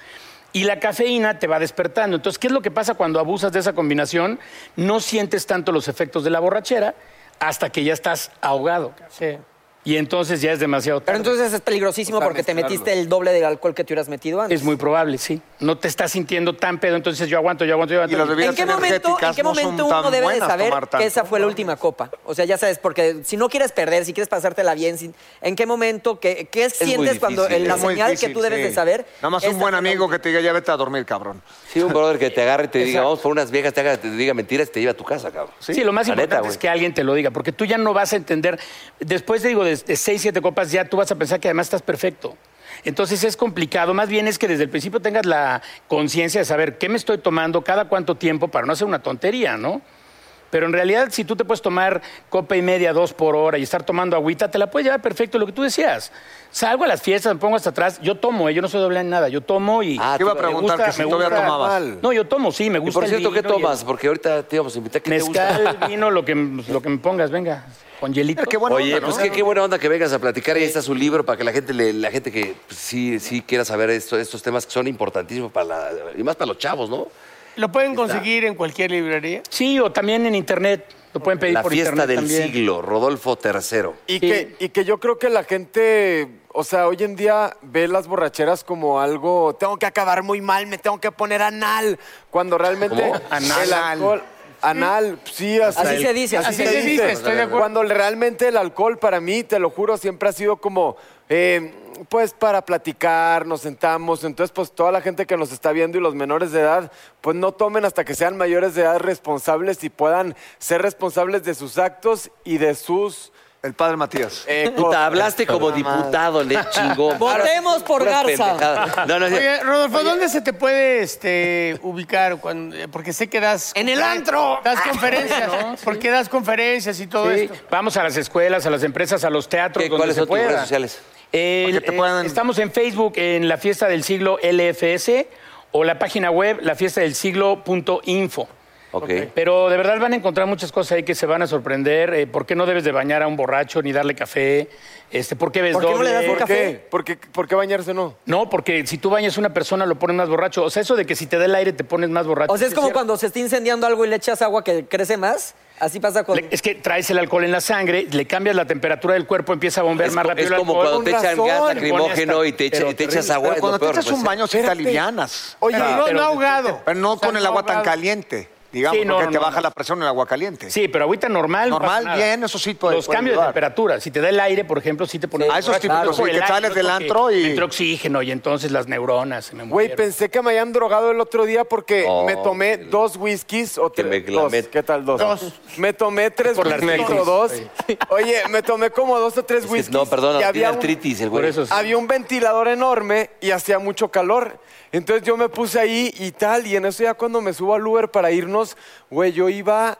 [SPEAKER 6] Y la cafeína te va despertando. Entonces, ¿qué es lo que pasa cuando abusas de esa combinación? No sientes tanto los efectos de la borrachera hasta que ya estás ahogado.
[SPEAKER 5] Sí.
[SPEAKER 6] Y entonces ya es demasiado tarde.
[SPEAKER 5] Entonces es peligrosísimo
[SPEAKER 6] O sea,
[SPEAKER 5] porque te
[SPEAKER 6] mezclarlo.
[SPEAKER 5] metiste el doble del alcohol que te hubieras metido antes.
[SPEAKER 6] Es muy probable, sí. No te estás sintiendo tan pedo, entonces yo aguanto, yo aguanto, yo aguanto.
[SPEAKER 5] ¿En qué momento, en qué momento uno debe de saber que esa fue la última copa? O sea, ya sabes, porque si no quieres perder, si quieres pasártela bien, si- ¿en qué momento, qué, qué sientes cuando el- la
[SPEAKER 15] Es muy
[SPEAKER 5] señal que
[SPEAKER 15] difícil,
[SPEAKER 5] tú debes
[SPEAKER 15] sí.
[SPEAKER 5] de saber?
[SPEAKER 15] Nada más
[SPEAKER 5] esta
[SPEAKER 15] un buen
[SPEAKER 5] fue la
[SPEAKER 15] amigo que te diga, ya vete a dormir, cabrón.
[SPEAKER 3] Sí, un brother que te agarre y te diga,
[SPEAKER 6] Exacto.
[SPEAKER 3] vamos por unas viejas, te, haga- te diga mentiras y te lleva a tu casa, cabrón.
[SPEAKER 6] Sí, lo más
[SPEAKER 3] La neta,
[SPEAKER 6] importante es
[SPEAKER 3] güey.
[SPEAKER 6] que alguien te lo diga, porque tú ya no vas a entender. Después, te digo, de, de seis, siete copas, ya tú vas a pensar que además estás perfecto. Entonces es complicado, más bien es que desde el principio tengas la conciencia de saber qué me estoy tomando, cada cuánto tiempo, para no hacer una tontería, ¿no? Pero en realidad, si tú te puedes tomar copa y media, dos por hora y estar tomando agüita, te la puedes llevar perfecto, lo que tú decías. Salgo a las fiestas, me pongo hasta atrás, yo tomo, ¿eh? yo no soy doble en nada, yo tomo y...
[SPEAKER 3] Ah, te iba a
[SPEAKER 6] me
[SPEAKER 3] preguntar que si
[SPEAKER 6] me
[SPEAKER 3] todavía
[SPEAKER 6] gusta-
[SPEAKER 3] tomabas.
[SPEAKER 6] No, yo tomo, sí, me
[SPEAKER 3] Y
[SPEAKER 6] gusta
[SPEAKER 3] por
[SPEAKER 6] el
[SPEAKER 3] cierto, ¿qué
[SPEAKER 6] vino y el-
[SPEAKER 3] tomas? Porque ahorita te íbamos a invitar. ¿Qué te
[SPEAKER 6] Mezcal,
[SPEAKER 3] gusta?
[SPEAKER 6] vino, lo que, pues, lo que me pongas, venga. Con hielito.
[SPEAKER 3] Oye, pues qué, qué buena onda que vengas a platicar. Ahí está su libro para que la gente, le- la gente que pues, sí, sí quiera saber esto- estos temas que son importantísimos para la, y más para los chavos, ¿no?
[SPEAKER 16] ¿Lo pueden conseguir en cualquier librería?
[SPEAKER 6] Sí, o también en internet. Lo pueden
[SPEAKER 3] La fiesta del siglo, Rodolfo III.
[SPEAKER 2] Y, que, y que yo creo que la gente, o sea, hoy en día ve las borracheras como algo, tengo que acabar muy mal, me tengo que poner anal, cuando realmente
[SPEAKER 6] ¿Cómo?
[SPEAKER 2] el
[SPEAKER 6] Anal.
[SPEAKER 2] alcohol... Anal, sí, hasta
[SPEAKER 5] Así
[SPEAKER 2] el-
[SPEAKER 5] se dice, así se dice, estoy de acuerdo.
[SPEAKER 2] Cuando realmente el alcohol para mí, te lo juro, siempre ha sido como, eh, pues para platicar, nos sentamos, entonces pues toda la gente que nos está viendo y los menores de edad, pues no tomen hasta que sean mayores de edad responsables y puedan ser responsables de sus actos y de sus...
[SPEAKER 15] El padre Matías.
[SPEAKER 3] Puta, hablaste como diputado, le chingó.
[SPEAKER 16] Votemos por
[SPEAKER 3] Puras
[SPEAKER 16] Garza.
[SPEAKER 3] pendejadas. No, no, sí.
[SPEAKER 16] Oye, Rodolfo, ¿dónde se te puede este, ubicar? cuando- eh, porque sé que das... ¡En el antro! Das conferencias, Porque das conferencias y todo
[SPEAKER 6] Sí,
[SPEAKER 16] esto.
[SPEAKER 6] Vamos a las escuelas, a las empresas, a los teatros.
[SPEAKER 3] ¿Qué-
[SPEAKER 6] donde
[SPEAKER 3] cuáles
[SPEAKER 6] se
[SPEAKER 3] son tus
[SPEAKER 6] pueda.
[SPEAKER 3] redes sociales?
[SPEAKER 6] El- eh, Estamos en Facebook en la fiesta del siglo LFS o la página web lafiestadelsiglo.info.
[SPEAKER 3] Ok.
[SPEAKER 6] Pero de verdad van a encontrar muchas cosas ahí que se van a sorprender. eh, ¿Por qué no debes de bañar a un borracho ni darle café? Este, ¿Por qué ves
[SPEAKER 2] ¿Por qué no le das
[SPEAKER 6] doble?
[SPEAKER 2] un ¿Por café? qué? ¿Por qué, por qué bañarse no?
[SPEAKER 6] No, porque si tú bañas a una persona lo pones más borracho. O sea, eso de que si te da el aire te pones más borracho.
[SPEAKER 5] O sea, es
[SPEAKER 6] sí
[SPEAKER 5] como
[SPEAKER 6] cierto.
[SPEAKER 5] cuando se está incendiando algo y le echas agua que crece más. Así pasa con...
[SPEAKER 6] Le- Es que traes el alcohol en la sangre, le cambias la temperatura del cuerpo, empieza a bombear
[SPEAKER 3] Es
[SPEAKER 6] más
[SPEAKER 3] co-
[SPEAKER 6] rápido
[SPEAKER 3] es
[SPEAKER 6] el
[SPEAKER 3] como
[SPEAKER 6] alcohol.
[SPEAKER 3] cuando te
[SPEAKER 6] Con
[SPEAKER 3] echan gas
[SPEAKER 6] razón.
[SPEAKER 3] lacrimógeno
[SPEAKER 6] Pone
[SPEAKER 3] y te echa-
[SPEAKER 6] pero
[SPEAKER 3] y te echas
[SPEAKER 6] terrible.
[SPEAKER 3] agua,
[SPEAKER 15] Pero
[SPEAKER 3] es
[SPEAKER 15] cuando
[SPEAKER 3] lo
[SPEAKER 15] te
[SPEAKER 3] peor,
[SPEAKER 15] echas
[SPEAKER 3] pues,
[SPEAKER 15] un
[SPEAKER 3] es-
[SPEAKER 15] baño, sí te
[SPEAKER 3] Espérate.
[SPEAKER 15] alivianas.
[SPEAKER 16] Oye,
[SPEAKER 15] Ah,
[SPEAKER 16] no,
[SPEAKER 15] pero-
[SPEAKER 16] no ahogado.
[SPEAKER 15] Pero no
[SPEAKER 16] O sea,
[SPEAKER 15] con el agua tan
[SPEAKER 16] ahogado.
[SPEAKER 15] caliente, digamos,
[SPEAKER 6] Sí, no,
[SPEAKER 15] porque te
[SPEAKER 6] no,
[SPEAKER 15] baja
[SPEAKER 6] no.
[SPEAKER 15] la presión en el agua caliente.
[SPEAKER 6] Sí, pero ahorita normal. no
[SPEAKER 15] Normal,
[SPEAKER 6] pasa nada.
[SPEAKER 15] bien, eso sí puede-
[SPEAKER 6] Los
[SPEAKER 15] puede
[SPEAKER 6] cambios
[SPEAKER 15] ayudar.
[SPEAKER 6] de temperatura. Si te da el aire, por ejemplo, sí te pones.
[SPEAKER 15] A esos
[SPEAKER 6] borracho.
[SPEAKER 15] tipos,
[SPEAKER 6] Claro,
[SPEAKER 15] sí,
[SPEAKER 6] por el
[SPEAKER 15] que
[SPEAKER 6] aire,
[SPEAKER 15] sales
[SPEAKER 6] no
[SPEAKER 15] del
[SPEAKER 6] porque
[SPEAKER 15] antro y-
[SPEAKER 6] Me entró oxígeno y entonces las neuronas se me
[SPEAKER 2] Güey,
[SPEAKER 6] murieron.
[SPEAKER 2] pensé que me habían drogado el otro día porque
[SPEAKER 6] No,
[SPEAKER 2] me tomé dos whiskies o
[SPEAKER 3] me
[SPEAKER 2] tres. Dos.
[SPEAKER 3] clamet-
[SPEAKER 2] ¿Qué tal dos?
[SPEAKER 3] Dos.
[SPEAKER 2] Me tomé tres
[SPEAKER 3] Por la
[SPEAKER 2] whiskies
[SPEAKER 3] artritis.
[SPEAKER 2] o dos. Oye, me tomé como dos o tres
[SPEAKER 3] Es que-
[SPEAKER 2] whiskies.
[SPEAKER 3] no, perdona,
[SPEAKER 2] y
[SPEAKER 3] tiene
[SPEAKER 2] había un-
[SPEAKER 3] artritis el güey. Por eso sí.
[SPEAKER 2] Había un ventilador enorme y hacía mucho calor. Entonces yo me puse ahí y tal, y en eso ya cuando me subo al Uber para irnos, güey, yo iba...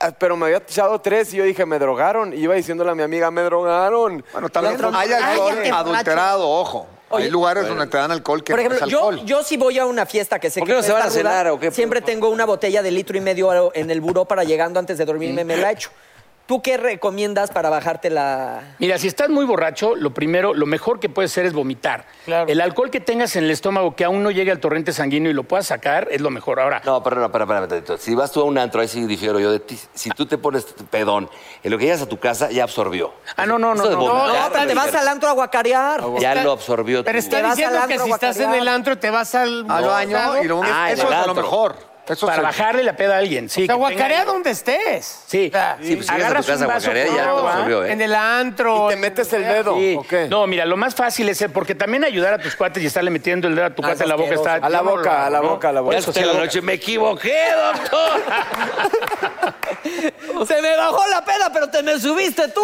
[SPEAKER 2] "Ah, Pero me había echado tres y yo dije, me drogaron. Y iba diciéndole a mi amiga, me drogaron.
[SPEAKER 15] Bueno, también hay alcohol adulterado, ojo. hay lugares donde te dan alcohol que
[SPEAKER 5] Por
[SPEAKER 15] no
[SPEAKER 5] ejemplo,
[SPEAKER 15] es alcohol.
[SPEAKER 5] yo, yo si voy a una fiesta que sé
[SPEAKER 15] ¿Por
[SPEAKER 5] que
[SPEAKER 15] qué no se van
[SPEAKER 5] está
[SPEAKER 15] a cenar
[SPEAKER 5] ruda,
[SPEAKER 15] o qué?
[SPEAKER 5] siempre tengo una botella de litro y medio en el buró para llegando antes de dormirme, me la echo. ¿Tú qué recomiendas para bajarte la...?
[SPEAKER 6] Mira, si estás muy borracho, lo primero, lo mejor que puedes hacer es vomitar. El alcohol que tengas en el estómago que aún no llegue al torrente sanguíneo y lo puedas sacar es lo mejor. Ahora,
[SPEAKER 3] No, pero no, para, para, Si vas tú a un antro, ahí sí difiero yo de ti. Si tú te pones pedón, en lo que llegas a tu casa ya absorbió.
[SPEAKER 6] Ah, no, no, no.
[SPEAKER 3] Eso de
[SPEAKER 6] no.
[SPEAKER 3] vomitar,
[SPEAKER 5] No, te vas al antro a guacarear.
[SPEAKER 3] Ya lo absorbió.
[SPEAKER 16] Pero
[SPEAKER 3] tú.
[SPEAKER 16] está diciendo que si estás en el antro te vas al...
[SPEAKER 15] Al baño y lo-
[SPEAKER 3] Ah, en
[SPEAKER 15] eso es
[SPEAKER 3] el
[SPEAKER 15] a lo
[SPEAKER 3] antro.
[SPEAKER 15] mejor.
[SPEAKER 6] para
[SPEAKER 17] sí.
[SPEAKER 6] bajarle la peda a alguien.
[SPEAKER 17] Te
[SPEAKER 6] Sí, que tenga-
[SPEAKER 17] guacarea donde estés.
[SPEAKER 6] Sí,
[SPEAKER 17] Sí, pues, si llegas a tu
[SPEAKER 6] agarras
[SPEAKER 17] casa,
[SPEAKER 6] un vaso
[SPEAKER 17] guacarea, ya
[SPEAKER 6] con
[SPEAKER 17] te
[SPEAKER 6] agua,
[SPEAKER 17] resolvió, ¿eh? En el antro. Y te metes el dedo,
[SPEAKER 6] Sí.
[SPEAKER 17] ¿o
[SPEAKER 6] No, mira, lo más fácil es eh, porque también ayudar a tus cuates y estarle metiendo el dedo a tu
[SPEAKER 18] Ah,
[SPEAKER 6] cuate a la boca
[SPEAKER 18] asqueroso.
[SPEAKER 6] está.
[SPEAKER 18] A la
[SPEAKER 6] yo no lo
[SPEAKER 18] boca,
[SPEAKER 6] hago,
[SPEAKER 18] a la
[SPEAKER 6] ¿no?
[SPEAKER 18] boca, a la boca.
[SPEAKER 6] Por eso
[SPEAKER 18] Hasta
[SPEAKER 6] sí,
[SPEAKER 18] la
[SPEAKER 6] boca.
[SPEAKER 18] noche me equivoqué, doctor.
[SPEAKER 19] Se me bajó la peda, pero te me subiste tú.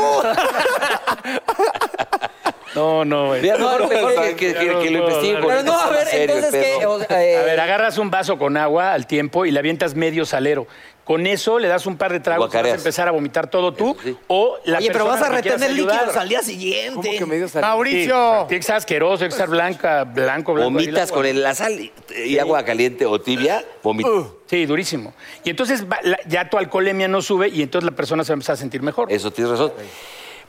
[SPEAKER 6] No, no, güey.
[SPEAKER 18] Mira, mejor- mejor que- que- que- que lo investiguen porque
[SPEAKER 19] Pero no, a ver, entonces, ¿qué? O sea, eh,
[SPEAKER 6] A ver, agarras un vaso con agua al tiempo y le avientas medio salero. Con eso le das un par de tragos y vas a
[SPEAKER 18] Guacareas.
[SPEAKER 6] empezar a vomitar todo tú o la
[SPEAKER 19] Oye, pero
[SPEAKER 6] persona
[SPEAKER 19] vas a
[SPEAKER 6] a la que quieras
[SPEAKER 19] retener
[SPEAKER 6] ayudar.
[SPEAKER 19] líquidos al día siguiente. ¿Cómo que medio
[SPEAKER 6] Sí, tiene que ser asqueroso, tiene que estar blanca, blanco, blanco.
[SPEAKER 18] Vomitas con el- la sal y, y agua caliente o tibia, vomitas.
[SPEAKER 6] Sí, durísimo. Y entonces va- la- ya tu alcoholemia no sube y entonces la persona se va a empezar a sentir mejor.
[SPEAKER 18] Eso tienes razón.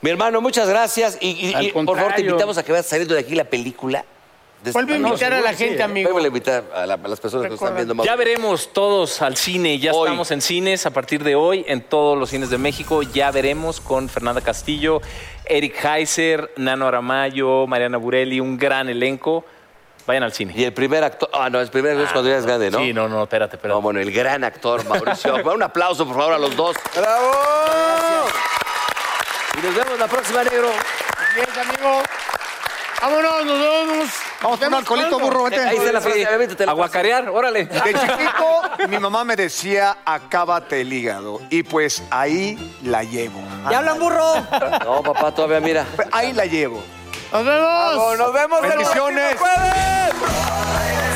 [SPEAKER 18] Mi hermano, muchas gracias. Y, y-
[SPEAKER 6] Al
[SPEAKER 18] y, por favor, te
[SPEAKER 6] contrario.
[SPEAKER 18] invitamos a que veas saliendo de aquí la película. de esta
[SPEAKER 17] Vuelve a
[SPEAKER 18] manera.
[SPEAKER 17] invitar a la
[SPEAKER 18] Seguro que
[SPEAKER 17] gente,
[SPEAKER 18] ¿eh?
[SPEAKER 17] amigo.
[SPEAKER 18] Vuelve a invitar a, la- a las personas que nos están viendo.
[SPEAKER 3] Ya
[SPEAKER 18] Mau.
[SPEAKER 3] veremos todos al cine, ya estamos en cines a partir de hoy, en todos los cines de México, ya veremos con Fernanda Castillo, Eric Heiser, Nano Aramayo, Mariana Burelli, un gran elenco. Vayan al cine.
[SPEAKER 18] Y el primer actor, ah, no, el primer actor es cuando ya es grande, ¿no?
[SPEAKER 3] Sí, no, no, espérate, espérate.
[SPEAKER 18] No, bueno, el gran actor Mauricio. un aplauso, por favor, a los dos.
[SPEAKER 20] ¡Bravo!
[SPEAKER 18] Y nos vemos la próxima, negro.
[SPEAKER 17] Bien, amigo. Vámonos, nos vemos. Vamos
[SPEAKER 2] con un alcoholito, burro, vete. Ahí está la frase,
[SPEAKER 18] obviamente te la
[SPEAKER 3] Aguacarear, órale.
[SPEAKER 2] De chiquito, mi mamá me decía, acábate el hígado. Y pues ahí la llevo.
[SPEAKER 19] ¡Ya hablan, burro!
[SPEAKER 18] No, papá, todavía mira.
[SPEAKER 2] Ahí la llevo.
[SPEAKER 17] Oh, Nos vemos.
[SPEAKER 20] Bravo, nos vemos el próximo
[SPEAKER 2] Bendiciones.
[SPEAKER 20] jueves.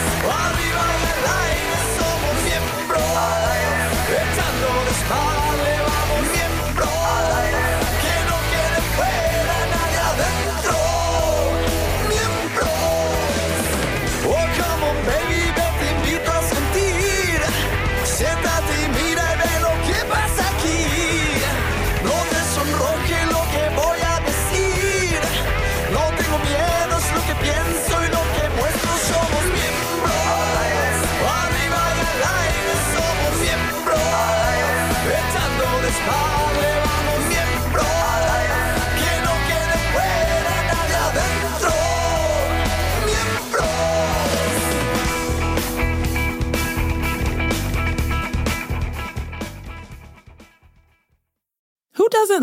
[SPEAKER 5] Oh, come on, baby, yo te invito a sentir. Siéntate y mira y ve lo que pasa aquí. No te sonroje lo que voy a decir. No tengo miedo, es lo que pienso y lo que muestro. Somos miembros. Arriba y al aire somos miembros. Echando desmadre, vamos miembros. Que no quede fuera nadie adentro. Miembros.
[SPEAKER 21] Who doesn't